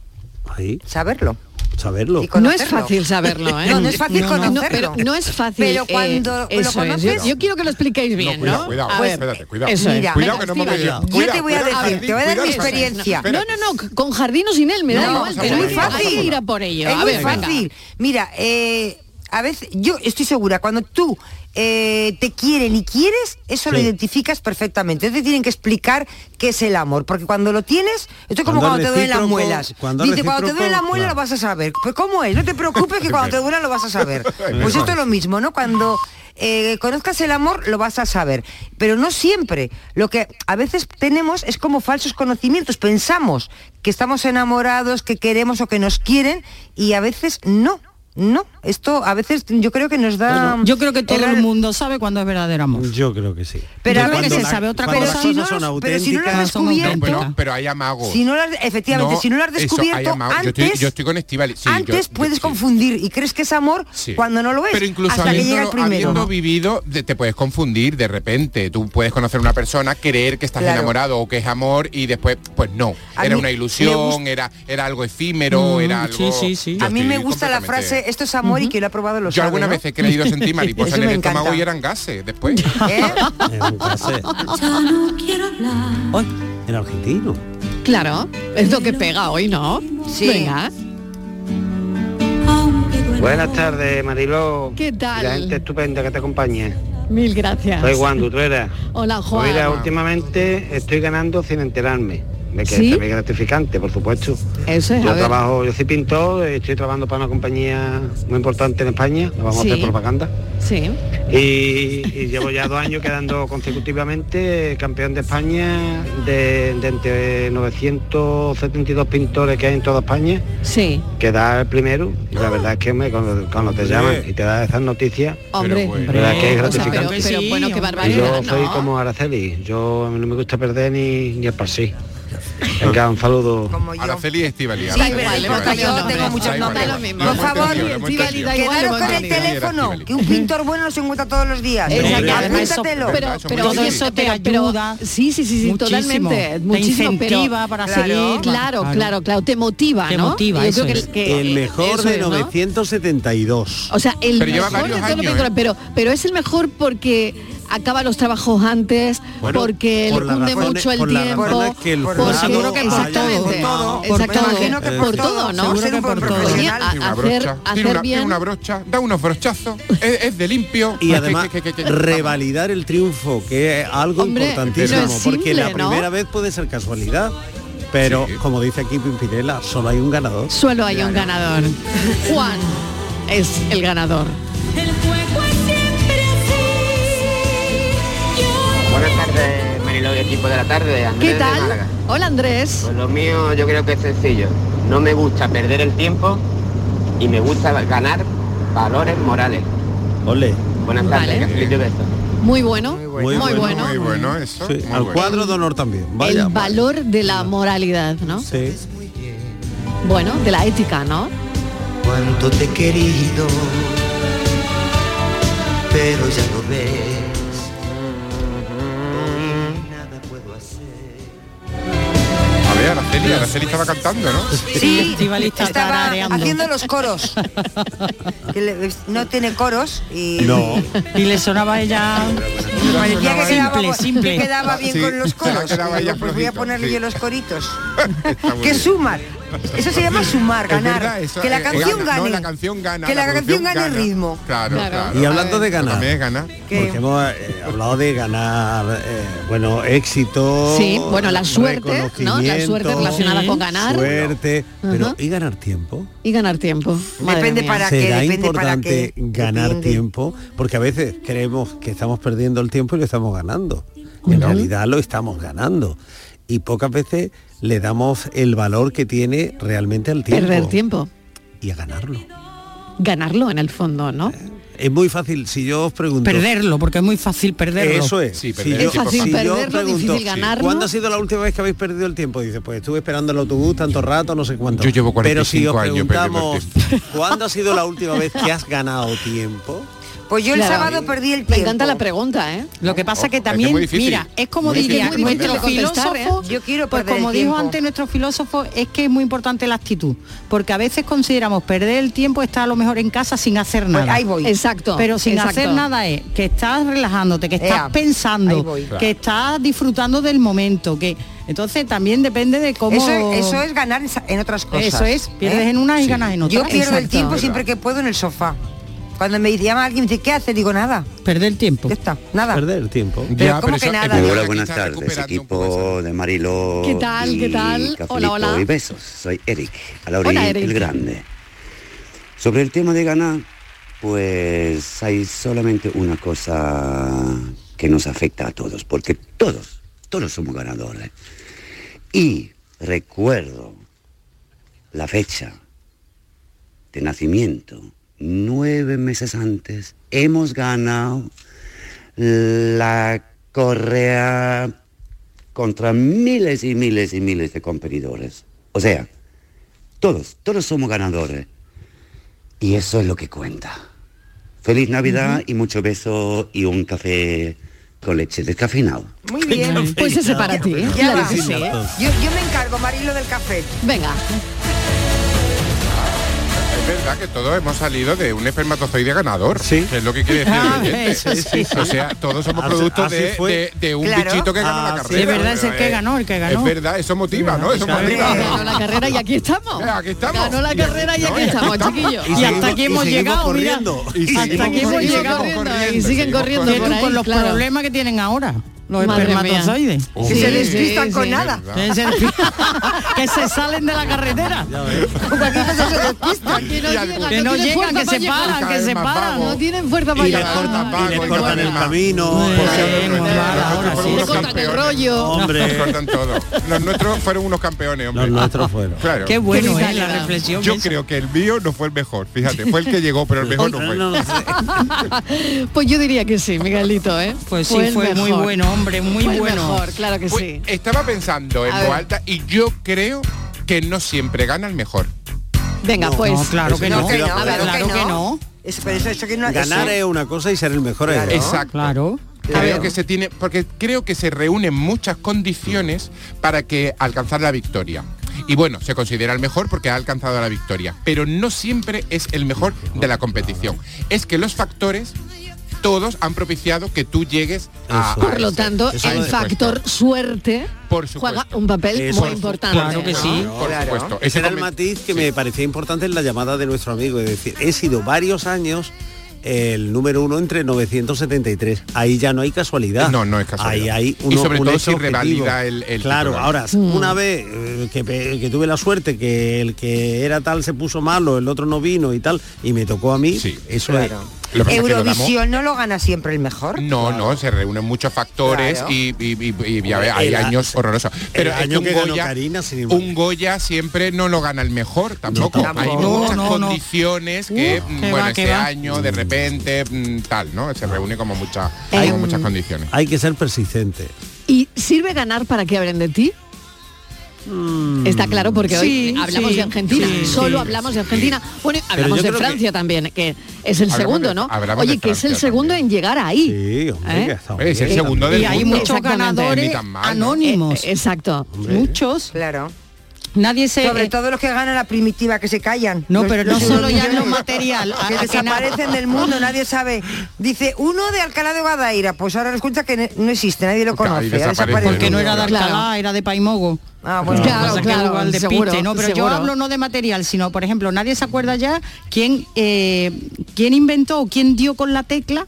Saberlo.
Saberlo.
No es fácil saberlo, ¿eh?
No, no es fácil
No, no, no,
conocerlo.
pero no es fácil.
Pero
eh,
cuando lo
eso es.
conoces-
Yo, yo quiero que lo expliquéis bien,
cuidado,
¿no?
cuidado,
A ver,
espérate, cuidado.
Eso es.
Mira, Cuidado que no me voy a-
explica.
Yo cuidado, te voy a cuidado, decir, jardín, te voy a dar mi cuidado, jardín. experiencia.
No, no, no, con jardín o sin él, me da
No,
igual,
es
pero
muy
hay que- hay
fácil.
que ir a por ello.
Es
a
muy
ver, venga.
fácil. Mira, eh, a veces, yo estoy segura, cuando tú eh, te quieren y quieres, eso lo
Sí.
identificas perfectamente. No te tienen que explicar qué es el amor, porque cuando lo tienes, esto es como
Cuando
cuando, te duelen las
recíproco-
muelas.
cuando
Dice, cuando te duele la
recíproco,
muela
claro.
lo vas a saber. Pues ¿cómo es? No te preocupes que cuando te duela lo vas a saber. Pues esto es lo mismo, ¿no? Cuando eh, conozcas el amor lo vas a saber. Pero no siempre. Lo que a veces tenemos es como falsos conocimientos. Pensamos que estamos enamorados, que queremos o que nos quieren y a veces no. No, esto a veces yo creo que nos da...
Bueno, Pues yo creo que todo
era-
el mundo sabe cuándo es verdadero amor.
Yo creo que sí.
Pero
Yo creo que
cuando
se
la-
sabe otra
cuando
cosa.
las Pero si cosas no son pero si no lo has auténticas, son descubierto-
No, pero,
auténticas.
pero hay amagos.
Si no lo has- efectivamente, si no lo has
eso, hay
descubierto
amagos. Yo estoy-
antes-
yo estoy con Estivali.
Antes puedes confundir y crees que es amor
Sí.
cuando no lo es.
Pero incluso
Pues, hasta que
habiendo,
llega el primero.
habiendo vivido, de- te puedes confundir de repente. Tú puedes conocer a una persona, creer que estás
Claro.
enamorado o que es amor y después, pues no.
A
era
mí
una
me
ilusión,
gusta-
era, era algo efímero, era algo. Yo
A mí me
estoy
gusta la
completamente-
frase, esto es amor y que lo ha probado los
Yo alguna vez he querido sentir mariposas en el estómago y
era
eran gases después. ¿Eh?
Ya no quiero hablar.
En argentino.
Claro, es lo que pega hoy, ¿no? Sí. Venga.
Buenas tardes, Mariló.
¿Qué tal?
Y La gente estupenda que te acompañe.
Mil gracias.
¿eh? Soy Juan Dutrera.
Hola, Juan.
Pues Mira, últimamente estoy ganando sin enterarme. Me que
¿Sí?
también es gratificante, por supuesto.
Eso es, a
yo
ver.
trabajo, yo soy pintor, estoy trabajando para una compañía muy importante en España, no vamos
Sí.
a hacer propaganda.
Sí.
Y, y llevo ya dos años quedando consecutivamente campeón de España de, de entre 972 pintores que hay en toda España.
Sí.
Queda el primero y la verdad es que me, cuando, cuando te
Ah. Hombre.
llaman y te dan esas noticias,
Hombre.
la verdad es que es
O sea, pero,
gratificante.
pero bueno, qué
Y
barbaridad,
yo
¿no?
soy como Araceli, yo a mí no me gusta perder ni, ni el parcí. Venga, un saludo.
Araceli y Estivali.
Sí,
Araceli
pero
y
no importa,
Estíbaliz.
yo
Da
tengo
igual,
muchos
da igual.
nombres.
Da igual.
Por
Lo hemos
favor,
entendido, lo hemos entendido.
quedaros con el teléfono, que un pintor bueno no se encuentra todos los días.
Exacto, además eso-
Apúntatelo.
pero- pero
Todo
oye,
eso te
pero- pero-
ayuda
sí, sí, sí, sí,
muchísimo.
totalmente.
Te
Muchísimo, pero-
incentiva para
claro,
seguir.
Claro,
Claro.
claro, claro, te motiva,
Te
¿no?
motiva,
Yo
eso
creo que-
es.
que-
el mejor
eso
de
es, ¿no?
972.
O sea, el
Pero lleva
mejor de
varios
todos los
años, ¿eh?
pintores, pero, pero es el mejor porque acaba los trabajos antes,
Bueno,
porque
por
le
las
cunde
razones-
mucho el
por las
tiempo.
razones que el
porque-
jurado Seguro que por
exactamente,
todo,
por
por todo.
todo,
Imagino que
por todo, ¿no?
Seguro que por todo.
Oye, a-
Tiene una
hacer,
brocha, tiene
hacer
una, tiene
bien.
una brocha, da unos brochazos, es, es de limpio.
Y
Que-
además
que- que- que- que-
revalidar el triunfo, que es algo
Hombre,
importantísimo,
no es
porque la
simple, ¿no?
primera vez puede ser casualidad, pero como dice aquí Pimpinela, solo hay un ganador.
Solo hay un ganador. Juan es el ganador.
Buenas tardes, Mariló y equipo de la tarde. Andrés
¿Qué
de Málaga.
tal? Hola Andrés.
Pues lo mío yo creo que es sencillo. No me gusta perder el tiempo y me gusta ganar valores morales.
Ole.
Buenas tardes, Cafelito y besos.
Muy bueno, muy bueno.
Muy bueno eso.
Sí, al cuadro de honor también. Vaya.
el valor de la moralidad, ¿no?
Sí.
Bueno, de la ética, ¿no?
Cuánto te he querido, pero ya lo ves.
Mm-hmm.
A ver, Araceli, Araceli estaba cantando, ¿no?
Sí,
Estíbaliz está
estaba
tarareando.
haciendo los coros. Que le- no tiene coros y
Y le sonaba ella
parecía que quedaba,
simple, simple.
que quedaba bien con los coros. Digo, pues voy a ponerle yo los coritos. que suman. Eso se llama sumar,
Es
ganar.
verdad, eso,
que la
eh,
canción
gana, no,
gane.
la canción gana,
Que la,
la
canción
producción
gane
gana.
ritmo.
Claro, claro.
Y hablando de ganar,
También es ganar.
porque hemos eh, hablado de ganar, eh, bueno, éxito.
Sí, bueno, la suerte, ¿no? La suerte
reconocimiento,
relacionada con ganar.
Suerte,
Ajá.
pero ¿y ganar tiempo?
Y ganar tiempo. Madre mía.
Será importante ganar tiempo, porque a veces creemos que estamos perdiendo el tiempo y lo estamos ganando. Y En realidad lo estamos ganando. Y pocas veces le damos el valor que tiene realmente al tiempo
Perder tiempo.
y a ganarlo.
Ganarlo en el fondo, ¿no?
es muy fácil, si yo os pregunto...
Perderlo, porque es muy fácil perderlo.
Eso es.
Sí,
Si yo- si yo os pregunto, ¿Cuándo ha sido la última vez que habéis perdido el tiempo? Dice, pues estuve esperando el autobús tanto rato, no sé cuánto.
Yo llevo
Pero si os
45 años perdiendo
preguntamos,
el
¿cuándo ha sido la última vez que has ganado tiempo?
Pues yo el sábado perdí el tiempo.
Me encanta la pregunta, ¿eh?
Lo que pasa que
es que es
también,
muy difícil.
mira, es como
Muy
diría
difícil
nuestro
contestar,
filósofo,
¿eh? Yo quiero
pues
perder el
como dijo
tiempo.
antes nuestro filósofo, es que es muy importante la actitud, porque a veces consideramos perder el tiempo estar a lo mejor en casa sin hacer nada.
Pues ahí voy. Exacto,
Pero sin
exacto.
hacer nada es que estás relajándote, que estás
Ea, ahí
pensando,
voy. Claro.
que estás disfrutando del momento, que entonces también depende de cómo
Eso, es- eso es ganar en sa- en otras cosas.
Eso es, pierdes
¿eh?
en una y ganas en otra.
Yo pierdo el
Exacto.
tiempo siempre que puedo en el sofá. Cuando me llama alguien me dice, ¿qué hace? Digo, nada.
Perder el tiempo.
Ya está, nada.
Perder el tiempo.
Pero ¿cómo que nada?
Hola, buenas tardes, equipo de Mariló.
¿Qué tal?
y
¿Qué tal?
Cafelito
Hola, hola.
¿eh?
Y besos. Soy Eric, a la
Hola, Eric.
el Grande. Sobre el tema de ganar, pues hay solamente una cosa que nos afecta a todos, porque todos, todos somos ganadores. Y recuerdo la fecha de nacimiento, nueve meses antes, hemos ganado la correa contra miles y miles y miles de competidores. O sea, todos, todos somos ganadores. Y eso es lo que cuenta. Feliz Navidad y mucho beso y un café con leche descafeinado.
Muy bien.
Pues ese para ti, ¿eh?
Ya
Claro
va.
que sí, ¿eh?
Yo, yo me encargo, Marilo, del café.
Venga.
Es verdad que todos hemos salido de un espermatozoide ganador. Sí. Es lo que quiere decir. el
Ah,
oyente.
eso sí.
O sea, todos somos
Así-
productos de,
así fue.
de- de un
Claro.
bichito que ganó
Ah,
la
sí,
carrera.
es verdad, es el
Pero
que ganó, el que ganó.
Es verdad, eso motiva, ¿no? Eso motiva.
Ganó la carrera y aquí estamos. Aquí estamos. Ganó la carrera y aquí estamos, chiquillos.
Y hasta aquí hemos llegado, mira.
Y
hasta aquí hemos llegado.
y siguen corriendo
Ve tú
por ahí,
con los
claro.
problemas que tienen ahora. Los
Madre mía.
espermatozoides.
Que Sí, se despistan sí, con sí. nada.
Que se, despi- que se salen de la carretera.
Que no llegan,
Que no
tienen
llegan,
fuerza
que
para
se
llegar.
paran, que se paran.
No Ah, tienen fuerza para
Y les
llegar. Ah,
cortan, y les cortan el camino.
Le cortan el rollo.
Nos cortan todo. Los nuestros fueron unos campeones, hombre. Los nuestros fueron. Claro.
Qué bueno, Qué eh, la vitalidad. reflexión
Yo creo que el mío no fue el mejor, fíjate. Fue el que llegó, pero el mejor no fue.
Pues yo diría que sí, Miguelito, ¿eh?
Pues sí, fue muy bueno, hombre, muy
Fue el
bueno.
mejor, claro que
Pues,
sí.
Estaba pensando en
A
voz
ver.
alta y yo creo que no siempre gana el mejor.
Venga,
No,
pues.
no, claro que no.
A ver,
Claro que
no.
Eso, pero eso, eso que no
Ganar
eso-
es una cosa y ser el mejor es otra.
Exacto.
Claro.
Creo que se tiene, porque creo que se reúnen muchas condiciones para que alcanzar la victoria. Y bueno, se considera el mejor porque ha alcanzado la victoria, pero no siempre es el mejor de la competición. Es que los factores todos han propiciado que tú llegues a a
Por lo
ese-
tanto,
a ese
el
puesto.
factor suerte
Por
juega un papel muy importante.
Por supuesto.
Ese era el
comen-
matiz que me parecía importante en la llamada de nuestro amigo. Es decir, he sido varios años el número uno entre 973. Ahí ya no hay casualidad.
No, no es casualidad.
Ahí hay
Y
uno-
sobre
un
todo
hecho
si
objetivo.
revalida el- el
Claro,
titular.
ahora,
Mm.
una vez eh, que, pe- que tuve la suerte que el que era tal se puso malo, el otro no vino y tal, y me tocó a mí, eso
Claro.
es.
Eurovisión no lo gana siempre el mejor.
No, no, se reúnen muchos factores
Claro.
y, y- y- y ya ve, hay
El a-
años horrorosos. Pero
el
es que
año
un
que ganó
Goya-
Karina, sin embargo.
un Goya siempre no lo gana el mejor tampoco.
tampoco.
Hay
No,
muchas
no, no.
condiciones que,
Uh,
mm,
que
bueno,
va, que
este
va.
año de repente mm, tal, ¿no? Se reúne como mucha,
Hay-
como muchas condiciones.
Hay que ser persistente.
¿Y sirve ganar para que hablen de ti? Está claro porque hoy
Sí,
hablamos
sí,
de Argentina,
sí,
solo
sí.
hablamos de Argentina, bueno, hablamos
yo
de
creo
Francia también, que es el
Hablamos
segundo,
de-
¿no?
hablamos de
Oye, que es el
Francia
segundo en llegar ahí. ¿eh?
Hombre, Pues es el segundo del
y hay
mundo.
muchos
Exactamente.
ganadores
Ni tan mal, ¿no?
anónimos.
exacto.
Muchos.
Claro.
Nadie se. eh,
Sobre todo los que ganan la primitiva, que se callan.
No,
Los-
pero
los
no solo ya
eurobillones.
en lo material. a-
Que
a que na-
desaparecen del mundo, nadie sabe. Dice, uno de Alcalá de Guadaira, pues ahora resulta que ne- no existe, nadie lo
Claro,
conoce.
y
ha
desaparece
desaparecido.
Porque no era de Alcalá, era de Paimogo.
Ah, bueno.
O sea, que
claro,
igual de
seguro,
piste, ¿no? Pero
seguro.
yo hablo no de material, sino, por ejemplo, nadie se acuerda ya quién, eh, quién inventó o quién dio con la tecla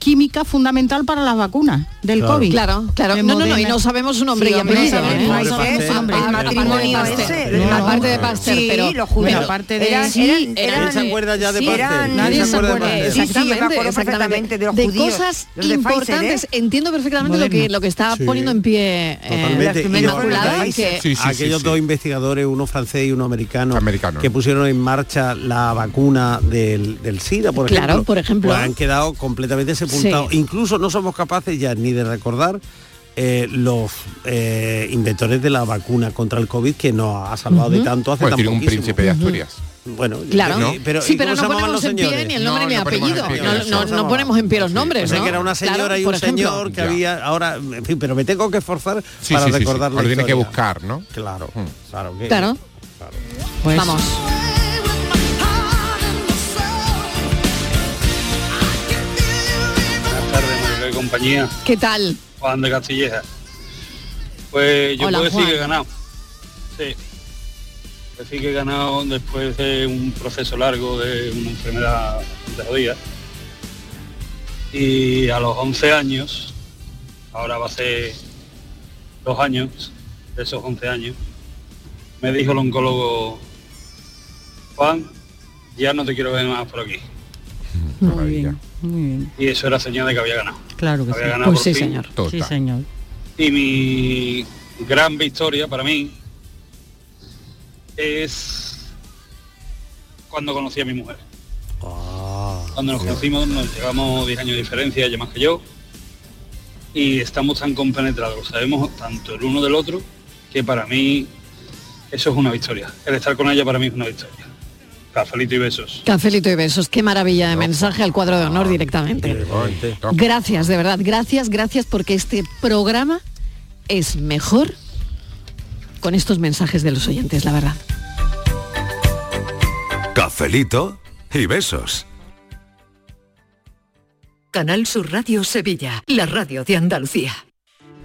química fundamental para las vacunas. del
Claro.
COVID.
Claro, claro.
Me
No, no,
mudé,
no, y
me-
no sabemos su nombre
Sí,
y
hombre,
apellido,
no sabemos
¿eh?
su
No
nombre,
sabemos su
hombre,
nombre.
el matrimonio
Aparte de
ese, el
Pasteur. este, Aparte de
matrimonio.
Pasteur,
Sí,
pero...
lo juro.
pero-
Aparte de-
eran-
Sí,
eran-
eran-
eran-
¿Quién se acuerda ya de
sí,
Pasteur?
eran-
Nadie
sí,
se acuerda de Pasteur.
Sí, sí, yo me acuerdo
Exactamente,
perfectamente de,
de los judíos,
cosas
los de Pfizer,
importantes.
¿eh?
Entiendo perfectamente lo que,
Moderna.
lo que está
Sí.
poniendo en pie eh,
Totalmente.
la
Y no
Inmaculada y
recordáis
que...
aquellos dos investigadores, uno francés y uno americano, que pusieron en marcha la vacuna del, del SIDA, por
Claro,
ejemplo.
por ejemplo.
pues han quedado completamente sepultados.
Sí.
Incluso no somos capaces ya ni de recordar eh, los eh, inventores de la vacuna contra el COVID que nos ha salvado de
Ujú.
tanto hace
Puede
tan
decir un
poquísimo.
príncipe de Asturias.
Bueno,
Claro,
¿no?
sí,
¿y
pero
cómo se
no
llamaban
ponemos
los
en pie
señores?
ni el nombre ni el
ponemos
apellido.
en pie,
No,
eso.
no, no ponemos en pie los nombres,
Pensé
¿no?
que era una señora
Claro,
y
por
un
ejemplo.
señor que había ahora, en fin, pero me tengo que esforzar
Sí,
para
sí, sí, sí.
recordar la
Ahora tiene que
historia.
buscar, ¿no? Hmm.
Claro, claro que
Claro.
Pues-
Vamos.
Buenas tardes, Marilo y compañía.
¿Qué tal?
Juan de Castilleja. Pues yo
Hola,
puedo decir
Juan.
que he ganado. Sí. Puedo decir que he ganado después de un proceso largo de una enfermedad de rodilla. Y a los 11 años, ahora va a ser dos años, de esos 11 años, me dijo el oncólogo, Juan, ya no te quiero ver más por aquí.
Muy bien, muy bien.
Y eso era señal de que había ganado.
Claro que sí.
Había ganado por
Sí,
fin.
señor.
Y mi gran victoria para mí es cuando conocí a mi mujer.
Ah.
cuando nos conocimos nos llevamos 10 años de diferencia, ella más que yo, y estamos tan compenetrados, sabemos tanto el uno del otro, que para mí eso es una victoria. El estar con ella para mí es una victoria. Cafelito y besos.
Cancelito y besos, qué maravilla de mensaje al cuadro de honor directamente. Gracias, de verdad, gracias, gracias porque este programa es mejor con estos mensajes de los oyentes, la verdad.
Cafelito y besos.
Canal Sur Radio Sevilla, la radio de Andalucía.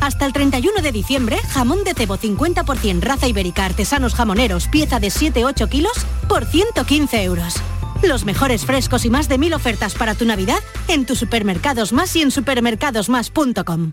Hasta el 31 de diciembre, jamón de cebo 50% raza ibérica artesanos jamoneros, pieza de 7-8 kilos, por 115 euros. Los mejores frescos y más de mil ofertas para tu Navidad en tus supermercados más y en supermercadosmás.com.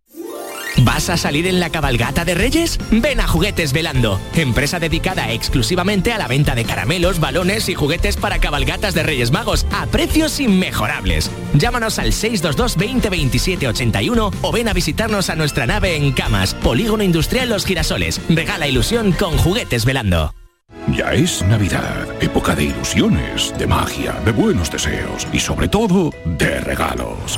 ¿Vas a salir en la cabalgata de Reyes? Ven a Juguetes Velando, empresa dedicada exclusivamente a la venta de caramelos, balones y juguetes para cabalgatas de Reyes Magos a precios inmejorables. Llámanos al 622 20 27 81 o ven a visitarnos a nuestra nave en Camas, Polígono Industrial Los Girasoles. Regala ilusión con Juguetes Velando.
Ya es Navidad, época de ilusiones, de magia, de buenos deseos y sobre todo de regalos.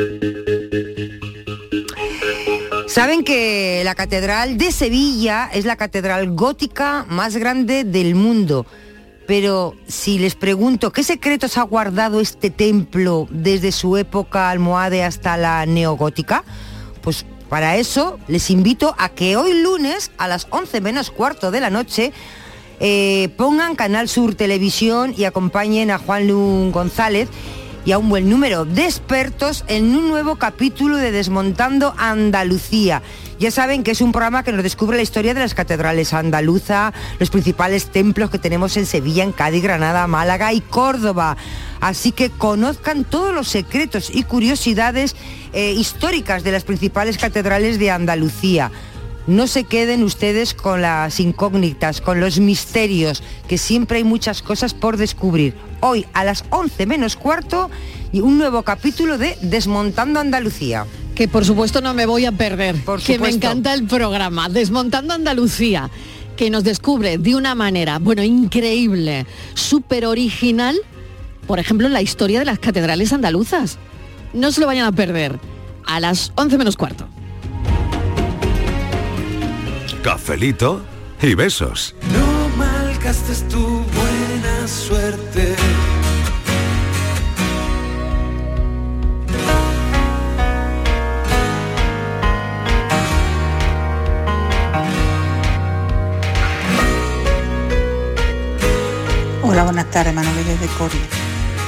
Saben que la Catedral de Sevilla es la catedral gótica más grande del mundo. Pero si les pregunto qué secretos ha guardado este templo desde su época almohade hasta la neogótica, pues para eso les invito a que hoy lunes a las 11 menos cuarto de la noche eh, pongan Canal Sur Televisión y acompañen a Juan Lun González y a un buen número de expertos en un nuevo capítulo de Desmontando Andalucía. Ya saben que es un programa que nos descubre la historia de las catedrales andaluza, los principales templos que tenemos en Sevilla, en Cádiz, Granada, Málaga y Córdoba. Así que conozcan todos los secretos y curiosidades eh, históricas de las principales catedrales de Andalucía. No se queden ustedes con las incógnitas, con los misterios, que siempre hay muchas cosas por descubrir. Hoy a las 11 menos cuarto y un nuevo capítulo de Desmontando Andalucía.
Que por supuesto no me voy a perder, que me encanta el programa Desmontando Andalucía, que nos descubre de una manera, bueno, increíble, súper original, por ejemplo, la historia de las catedrales andaluzas. No se lo vayan a perder. A las 11 menos cuarto.
Cafelito y besos.
No malgastes tu buena suerte.
Hola, buenas tardes, Manuel de Coria.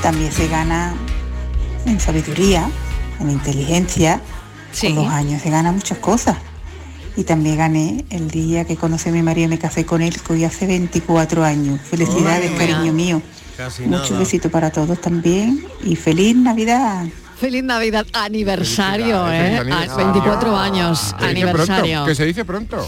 También se gana en sabiduría, en inteligencia.
Sí.
Con los años se gana muchas cosas. Y también gané el día que conocí a mi marido y me casé con él, que hoy hace 24 años. Felicidades,
Ay,
cariño
mira.
mío.
Casi
Muchos
nada.
besitos para todos también y feliz Navidad.
Feliz Navidad, aniversario,
Felicidades,
¿eh?
feliz
Ah,
aniversario.
24 años,
Que se dice
aniversario.
pronto, que se dice pronto.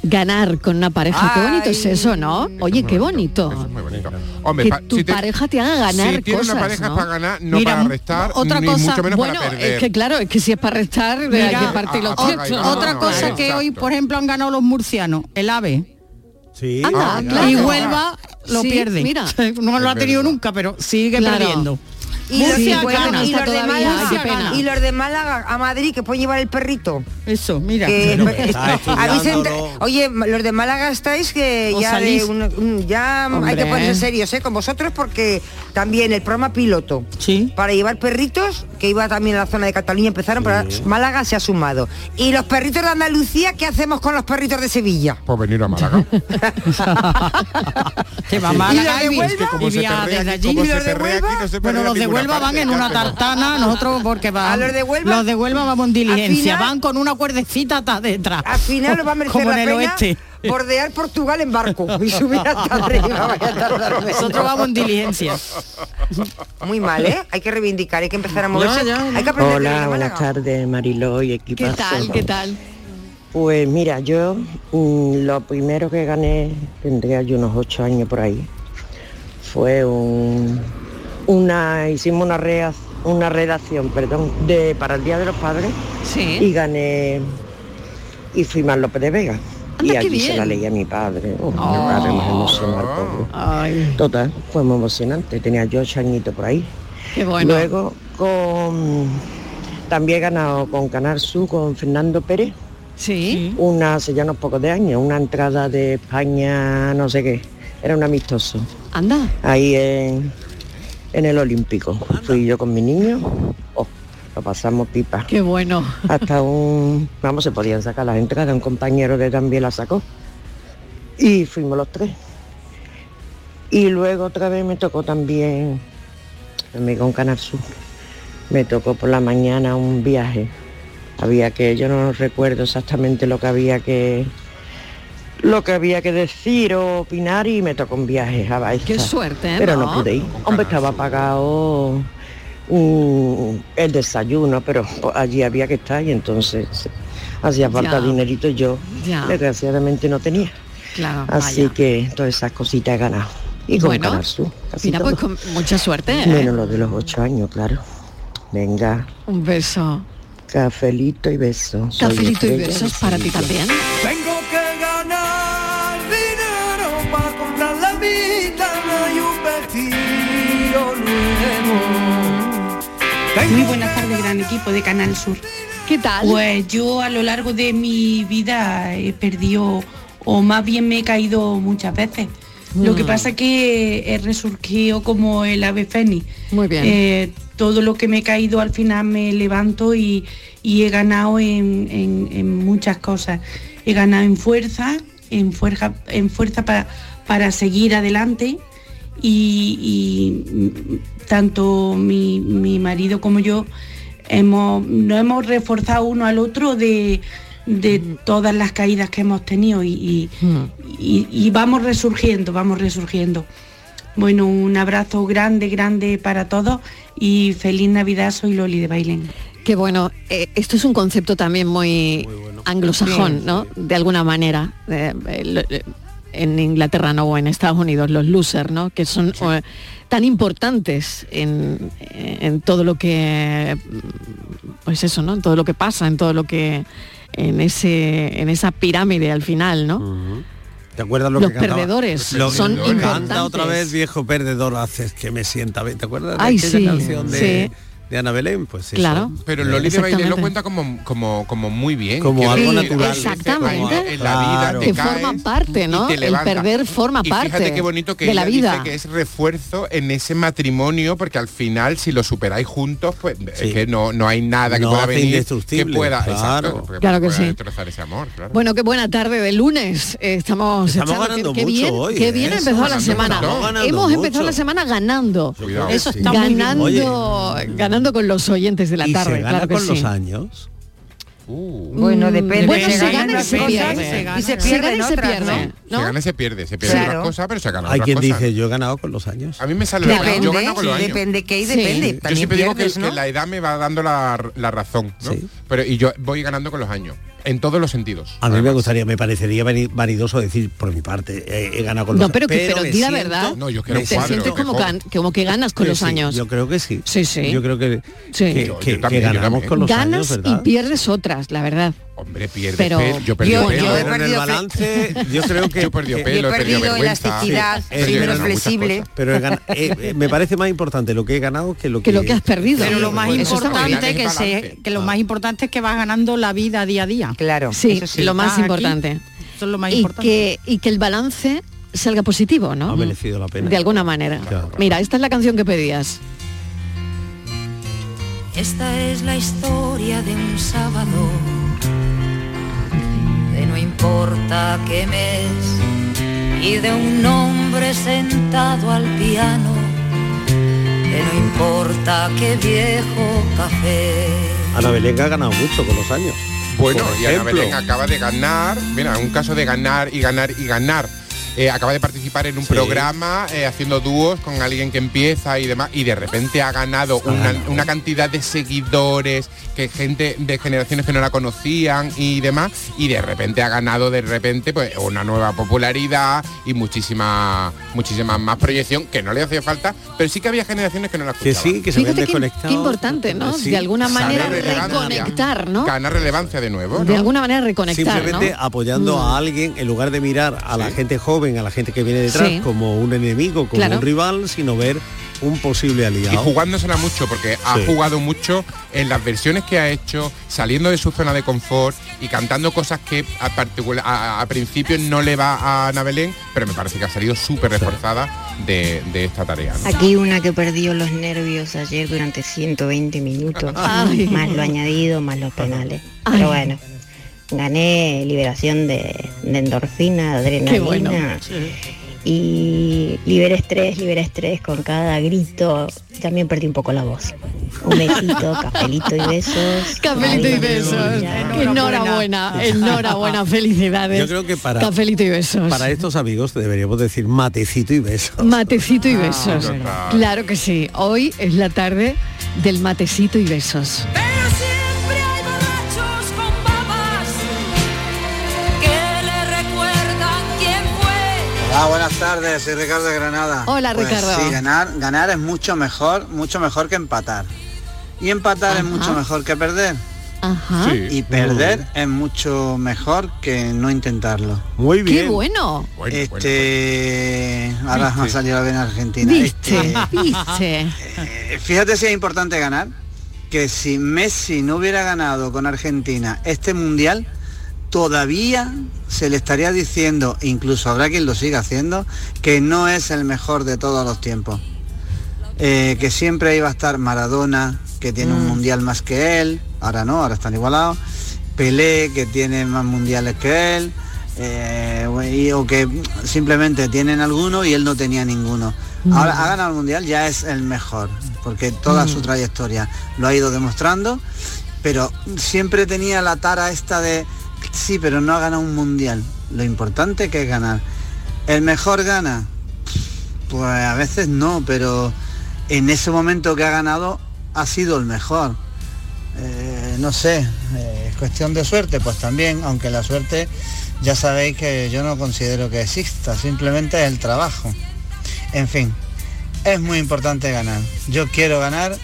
Ganar con una pareja, qué bonito es eso, ¿no? Oye, qué bonito.
Muy bonito. Hombre,
que
pa-
tu
si te-
pareja te haga ganar
si tiene
cosas,
una pareja
¿no?
para ganar, no
Mira,
para restar,
otra
ni
cosa,
mucho menos
bueno,
para perder.
es que claro, es que si es para restar, de hay que partir los
ot-
ocho, ¿no?
otra cosa que hoy, por ejemplo, han ganado los murcianos, el ave.
Sí.
Anda,
Ah,
Y
claro.
Huelva lo
Sí,
pierde.
mira.
No
Es
lo ha tenido
verdad.
nunca, pero sigue
Claro.
perdiendo.
Y los,
Murcia
bueno,
gana.
y los de
todavía,
Málaga,
qué pena.
y los de Málaga a Madrid que pueden llevar el perrito.
Eso, mira.
Que-
Pero que está
habéis entra-
estudiándolo.
Oye, los de Málaga estáis que
Os
ya, de
salís.
un- un- ya hay
Hombre.
que ponerse serios ¿eh? con vosotros porque también el programa piloto para llevar perritos que iba también a la zona de Cataluña empezaron, pero Málaga se ha sumado. Y los perritos de Andalucía, ¿qué hacemos con los perritos de Sevilla?
Pues venir a Málaga.
Te va
Sí.
mal
Y la de
y,
Huelva, Es que como se
via
perrea
desde
aquí,
allí.
como se perrea aquí, no se
bueno,
perrea
los de
en ninguna
Huelva van
parte,
en
¿qué
una
hacemos?
tartana, nosotros porque van.
¿A los de Huelva?
Los de Huelva vamos en diligencia,
final-
van con una cuerdecita hasta detrás.
Al final nos va a merecer
como
la
en el
pena
oeste.
bordear Portugal en barco y subir hasta arriba. vaya a tardar menos.
Nosotros vamos en diligencia.
Muy mal, ¿eh? Hay que reivindicar, hay que empezar a moverse.
Ya,
Hay que aprender de Mm,
Hola,
Málaga.
buenas tardes, Mariló y equipazo.
tal?
Pues mira, yo mm, lo primero que gané, tendría yo unos ocho años por ahí, fue un, una, hicimos una, rea- una redacción, perdón, de, para el Día de los Padres y gané, y fui más López de Vega. y
qué
allí se la
bien. Ah.
leí a mi padre. Oh, mi padre más emocionado. pobre. Total, fue muy emocionante. Tenía yo ocho añitos por ahí.
Qué bueno.
Luego con también he ganado con Canal Sur con Fernando Pérez.
Sí.
Una hace ya unos pocos de años, una entrada de España, no sé qué. Era un amistoso.
Anda.
Ahí en, en el Olímpico. Fui yo con mi niño. Oh, lo pasamos pipa.
Qué bueno.
Hasta un, vamos, se podían sacar las entradas, un compañero que también la sacó. Y fuimos los tres. Y luego otra vez me tocó también, amigo en Canal Sur, me tocó por la mañana un viaje. Había que, yo no recuerdo exactamente lo que había que lo que había que decir o opinar y me tocó un viaje a Baeza.
Qué suerte, ¿eh?
Pero no,
¿No?
pude ir. Hombre, estaba pagado mm, el desayuno, pero pues, allí había que estar y entonces hacía falta
Ya.
dinerito y yo
Ya.
desgraciadamente no tenía.
Claro,
Así
Ah, vaya.
que todas esas cositas he ganado. Y con
Bueno,
Canal Sur, casi
Mira, pues
todo.
con mucha suerte. ¿eh?
Menos lo de los ocho años, claro. Venga,
Un beso.
cafelito y beso. Soy
Cafelito y
Estrella.
besos para ti también.
Tengo que ganar dinero para comprar la guitarra y un vestido nuevo.
Muy buenas tardes, gran equipo de Canal Sur.
¿Qué tal?
Pues yo a lo largo de mi vida he perdido, o más bien me he caído muchas veces. Lo que
Mm.
pasa que eh, he resurgido como el ave fénix.
Muy bien.
Eh, todo lo que me he caído al final me levanto y, y he ganado en, en- en muchas cosas. He ganado en fuerza, en fuerza, en fuerza pa- para seguir adelante y, y, mm, tanto mi, mi marido como yo hemos, nos hemos reforzado uno al otro de, de
Mm.
todas las caídas que hemos tenido y, y- y- y vamos resurgiendo, vamos resurgiendo. Bueno, un abrazo grande, grande para todos y feliz Navidad, soy Loli de Bailén.
Qué bueno. eh, esto es un concepto también muy, anglosajón,
Sí,
¿no? De alguna manera. eh, eh, lo- eh, en Inglaterra no, o en Estados Unidos, los losers, ¿no? Que son eh, tan importantes en, eh, en todo lo que, mm, pues eso, ¿no? En todo lo que pasa, en todo lo que, en ese, en esa pirámide al final, ¿no?
Mm.
¿Te acuerdas lo
Los
que cantaba?
perdedores
Lo que
son
Canta otra
importantes.
vez, viejo perdedor, haces que me sienta bien. ¿Te acuerdas de
Ay,
aquella
sí,
canción de,
sí.
de Ana Belén? Pues eso.
Claro.
Pero Loli de Bailén lo cuenta como, como, como muy bien.
Como
Quiero
algo
decir,
natural.
como
Exactamente.
En la vida te
que
caes
forma parte, ¿no?
y te
El
levanta.
perder forma
Y
parte
fíjate qué bonito que
de la
ella dice
vida.
que es refuerzo en ese matrimonio porque al final si lo superáis juntos pues es que no no hay nada que
No
pueda
hace
venir que
indestructible,
pueda
claro.
exacto,
Claro que
pueda
sí.
destrozar ese amor claro.
Bueno, qué buena tarde de lunes. eh, Estamos,
Estamos
echando-
ganando
qué, qué
mucho
bien,
hoy,
qué
¿eh?
bien ha
Estamos
empezado la
ganando
semana.
un montón. Ganando
Hemos empezado
mucho.
la semana ganando.
Cuidado.
Eso
Sí.
está muy bien.
ganando, ganando con los oyentes de la
y
tarde,
se gana
claro que
con
sí. Mm,
los años.
Bueno, depende.
Bueno,
se
se
ganan
gana y
unas
se
cosas,
pierde.
se ganan.
Y se
Se ganan
pierde
y
y
se
se pierde.
pierden.
se gana y se pierde se pierde
Claro.
otras cosas pero se gana
Hay
otras
quien
cosas.
dice, yo he ganado con los años.
a mí me sale la verdad,
Depende,
yo gano con los años
depende que hay, depende.
yo
También
siempre digo que,
pierdes, ¿no?
que la edad me va dando la, la razón ¿no? pero y yo voy ganando con los años en todos los sentidos
A mí me gustaría, me parecería vani- vanidoso decir por mi parte, eh, he ganado con los
No, pero, que, pero
me
di la
siento-
verdad.
No, yo creo
te
cuadro,
sientes como,
mejor.
gan- como que ganas con
Yo
los
sí,
años.
Yo creo que sí.
Sí, sí.
Yo creo que,
Sí. Yo-
que,
yo
que- que
también, yo
ganamos
también.
con los
ganas
años,
y
¿verdad?
pierdes otras, la verdad.
hombre pierde
Pero-
pelo, yo perdí
Yo-
pelo
yo he
en el
perdido fe-
balance, yo creo que eh,
Yo he perdido pelo, he Yo
que-
he perdido perdido vergüenza. elasticidad,
he
soy menos
ganado muchas
flexible.
cosas. Pero he gan- eh, eh, me parece más importante lo que he ganado que lo que,
Que lo que has perdido.
Pero
lo más
pues Eso está muy bien.
importante que, se, que lo más importante es que vas ganando la vida día a día.
Claro.
Sí, lo más importante.
Eso es lo más
y
importante.
que y que el balance salga positivo, ¿no?
Ha merecido la pena.
De alguna manera.
Claro.
Mira, esta es la canción que pedías.
Esta es la historia de un sábado, de no importa qué mes, y de un hombre sentado al piano, de no importa qué viejo café.
Ana Belén ha ganado mucho con los años.
Bueno,
Por
y Ana
ejemplo.
Belén acaba de ganar, mira, un caso de ganar y ganar y ganar. Eh, acaba de participar en un programa eh, haciendo dúos con alguien que empieza y demás y de repente ha ganado una, una cantidad de seguidores que gente de generaciones que no la conocían y demás y de repente ha ganado de repente pues una nueva popularidad y muchísima muchísima más proyección que no le hacía falta pero sí que había generaciones que no la
Que
escuchaban
sí, que se habían desconectado.
Qué importante, ¿no?
Sí,
de alguna
saber
manera
relevancia.
reconectar, ¿no?
gana relevancia de nuevo
De alguna manera reconectar,
Simplemente
¿no?
apoyando
Mm.
a alguien en lugar de mirar a la gente joven, a la gente que viene detrás
Sí.
como un enemigo, como
Claro.
un rival, sino ver un posible aliado.
Y jugándosela mucho, porque ha
Sí.
jugado mucho en las versiones que ha hecho, saliendo de su zona de confort y cantando cosas que a, particula- a, a principio no le va a Ana Belén, pero me parece que ha salido súper reforzada de, de esta tarea. ¿no?
Aquí una que perdió los nervios ayer durante 120 minutos, Ay. más lo añadido, más los penales. Pero bueno, gané liberación de, de endorfina, de adrenalina.
Qué bueno.
Y liberé estrés, liberé estrés con cada grito. También perdí un poco la voz. Un besito, cafelito y besos.
Cafelito y
Adiós.
besos. Enhorabuena, enhorabuena, felicidades.
Yo creo que para,
Cafelito y besos.
para estos amigos deberíamos decir matecito y besos.
Matecito y
Ah,
besos.
verdad.
claro que sí. Hoy es la tarde del matecito y besos.
Pero siempre hay borrachos con babas que le recuerdan quién fue.
Hola, Ah, buenas tardes, soy Ricardo de Granada.
Hola,
Pues
Ricardo.
Sí, ganar, ganar es mucho mejor, mucho mejor que empatar. Y empatar es mucho mejor que perder.
Ajá.
Y perder es mucho mejor que no intentarlo.
Muy
¡Qué bueno!
este ahora me ha
Viste.
salido la vena argentina.
¿Viste?
Este,
¿Viste?
eh, fíjate si es importante ganar, que si Messi no hubiera ganado con Argentina este mundial, todavía se le estaría diciendo, incluso habrá quien lo siga haciendo, que no es el mejor de todos los tiempos. Eh, que siempre iba a estar Maradona, que tiene un mundial más que él, ahora no, ahora están igualados, Pelé, que tiene más mundiales que él, eh, y- o que simplemente tienen alguno y él no tenía ninguno.
Mm.
Ahora ha ganado el mundial, ya es el mejor, porque toda su trayectoria lo ha ido demostrando, pero siempre tenía la tara esta de, sí, pero no ha ganado un mundial. Lo importante que es ganar. ¿El mejor gana? Pues a veces no, pero en ese momento que ha ganado ha sido el mejor. Eh, no sé, eh, es cuestión de suerte, pues también, aunque la suerte ya sabéis que yo no considero que exista, simplemente es el trabajo. En fin, es muy importante ganar. Yo quiero ganar,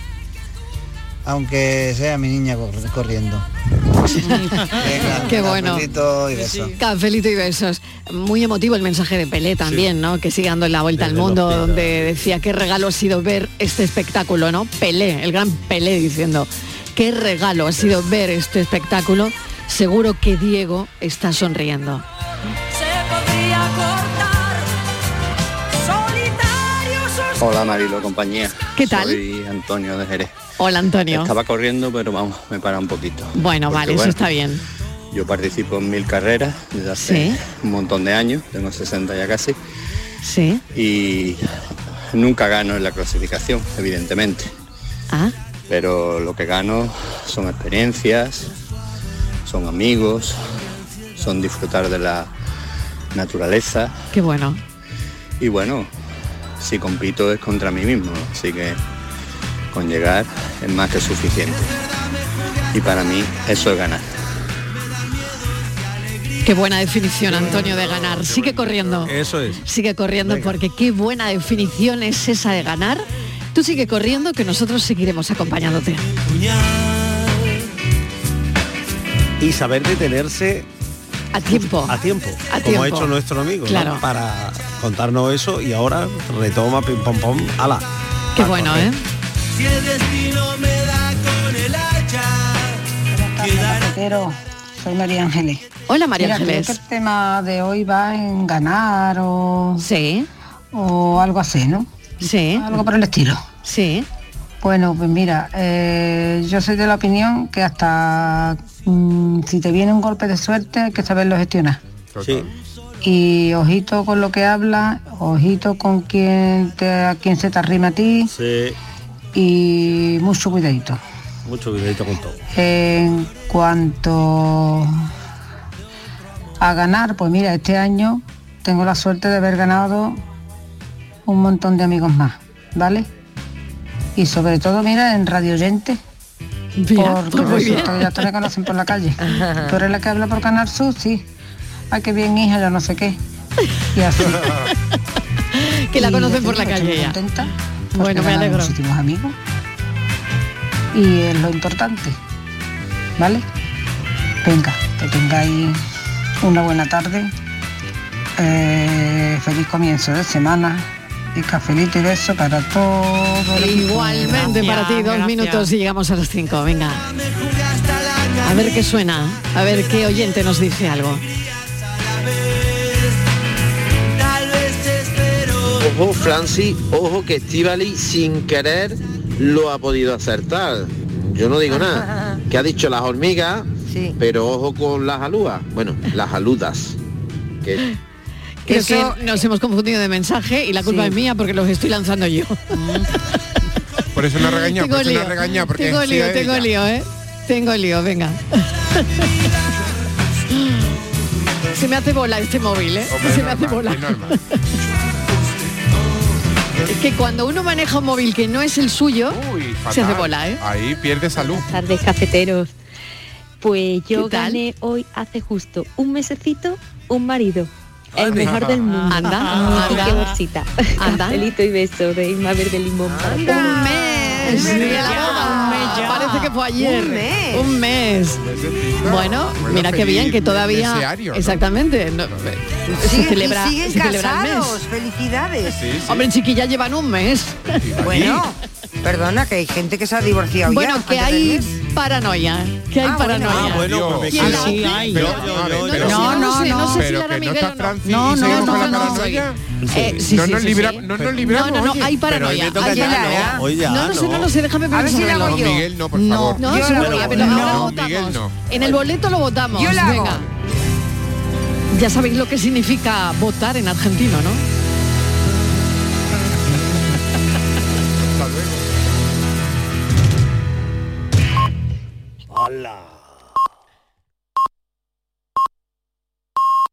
aunque sea mi niña cor- corriendo. Venga,
Qué bueno.
cafelito y beso.
Cafelito y besos. Muy emotivo el mensaje de Pelé también, ¿no? Que sigue dando la vuelta al
Desde
mundo,
los
donde decía qué regalo ha sido ver este espectáculo, ¿no? Pelé, el gran Pelé diciendo, qué regalo ha sido ver este espectáculo. Seguro que Diego está sonriendo.
Se podría cortar solitario sus
Hola Marilo, compañía.
¿Qué tal?
Soy Antonio de Jerez.
Hola Antonio.
Estaba corriendo, pero vamos, me para un poquito.
Bueno,
Porque,
vale, eso
bueno,
está bien.
Yo participo en mil carreras desde hace
Sí.
un montón de años, tengo 60 ya casi,
Sí.
y nunca gano en la clasificación, evidentemente.
Ah.
Pero lo que gano son experiencias, son amigos, son disfrutar de la naturaleza,
Qué bueno.
y bueno, si compito es contra mí mismo, así que con llegar es más que suficiente. Y para mí eso es ganar.
Qué buena definición, Antonio, de ganar. Sigue corriendo.
Eso es.
Sigue corriendo porque qué buena definición es esa de ganar. Tú sigue corriendo que nosotros seguiremos acompañándote.
Y saber detenerse
A tiempo.
a tiempo,
A
como ha
tiempo.
hecho nuestro amigo, ¿no?
Claro.
para contarnos eso y ahora retoma pim pom pom, ala.
Qué bueno, ¿eh?
Si el destino me da con el hacha, quedará
Pero soy María Ángeles.
Hola María
Mira, creo
Ángeles.
que el tema de hoy va en ganar o o algo así, ¿no?
¿Eh?
Sí.
Algo por el estilo.
Sí.
Bueno, pues mira, eh, yo soy de la opinión que hasta mm, si te viene un golpe de suerte hay que saberlo gestionar. Y ojito con lo que habla, ojito con quién te, a quién se te arrima a ti
Sí,
y mucho cuidadito.
mucho cuidadito con todo.
En cuanto a ganar, pues mira, este año tengo la suerte de haber ganado un montón de amigos más, ¿vale? Y sobre todo, mira, en Radio Oyente. porque
pues muy
resulta
bien.
que ya te reconocen por la calle. Tú eres la que habla por Canal Sur, sí. Ay, qué bien, hija, yo no sé qué. Y así.
Que la
Y
conocen
yo
por la
estoy
calle
muy
ya.
contenta porque
Bueno, me
he ganado
alegro.
muchísimos amigos. Y es lo importante. ¿Vale? Venga, que tengáis una buena tarde. Eh, feliz comienzo de semana. y cafelito y beso para todo el equipo.
Igualmente para ti, dos
Gracias.
minutos y llegamos a las cinco. Venga. A ver qué suena, a ver qué oyente nos dice algo.
Tal vez te espero.
Ojo, Francis, ojo que Estivali sin querer lo ha podido acertar. Yo no digo nada. Que ha dicho las hormigas, pero ojo con las alúas. Bueno, las aludas. Que
Creo
Eso-
que nos hemos confundido de mensaje y la culpa
Sí.
es mía porque los estoy lanzando yo.
Por eso no regaña, por
tengo
eso
lío,
no regaña, porque
tengo
sí,
lío,
eh,
tengo
ya.
lío, ¿eh? Tengo lío, venga. Se me hace bola este móvil, ¿eh?
Hombre,
Se
es
me hace bola. Es que cuando uno maneja un móvil que no es el suyo, se hace
Fatal.
bola, ¿eh?
Ahí pierde salud.
Buenas tardes, cafeteros. Pues yo
¿Qué tal?
gané hoy hace justo un mesecito un marido. El
Anda.
mejor del mundo.
Anda,
Ah,
anda.
qué bolsita.
Anda.
Cafelito y beso de Isma Verde Limón. para todos.
mes de la boda. Parece que fue ayer.
Un mes.
Un mes. Bueno,
Bueno,
mira qué
feliz
bien que todavía.
deseario, ¿no?
exactamente. no- eh, se
Siguen-
celebra,
y siguen
se celebra el mes.
casados, felicidades.
Hombre, chiquilla, llevan un mes.
Bueno, perdona que hay gente que se ha divorciado
Bueno,
ya.
que
antes del
hay
mes.
paranoia. Que hay
Ah, bueno.
paranoia.
Ah, bueno,
¿Quién
pues me
la
quedo-
hace?
hay.
Pero,
No,
a ver,
no,
pero-
no,
pero-
no, no.
pero que no está Francis y seguimos con la paranoia.
Eh, sí,
no
sí,
nos
sí,
libra-
sí.
no nos libramos.
No, no, no, hay paranoia. hay paranoia. no, no, sé, no, no sé, déjame
A ver si la
pensarlo.
hago yo. No, Miguel, no, por favor.
No,
Yo
eso
la
no,
hago.
ah, pero
No,
ahora
no,
votamos.
Miguel, no.
En el boleto lo votamos.
Yo la hago.
Venga. Ya sabéis lo que significa votar en argentino, ¿no?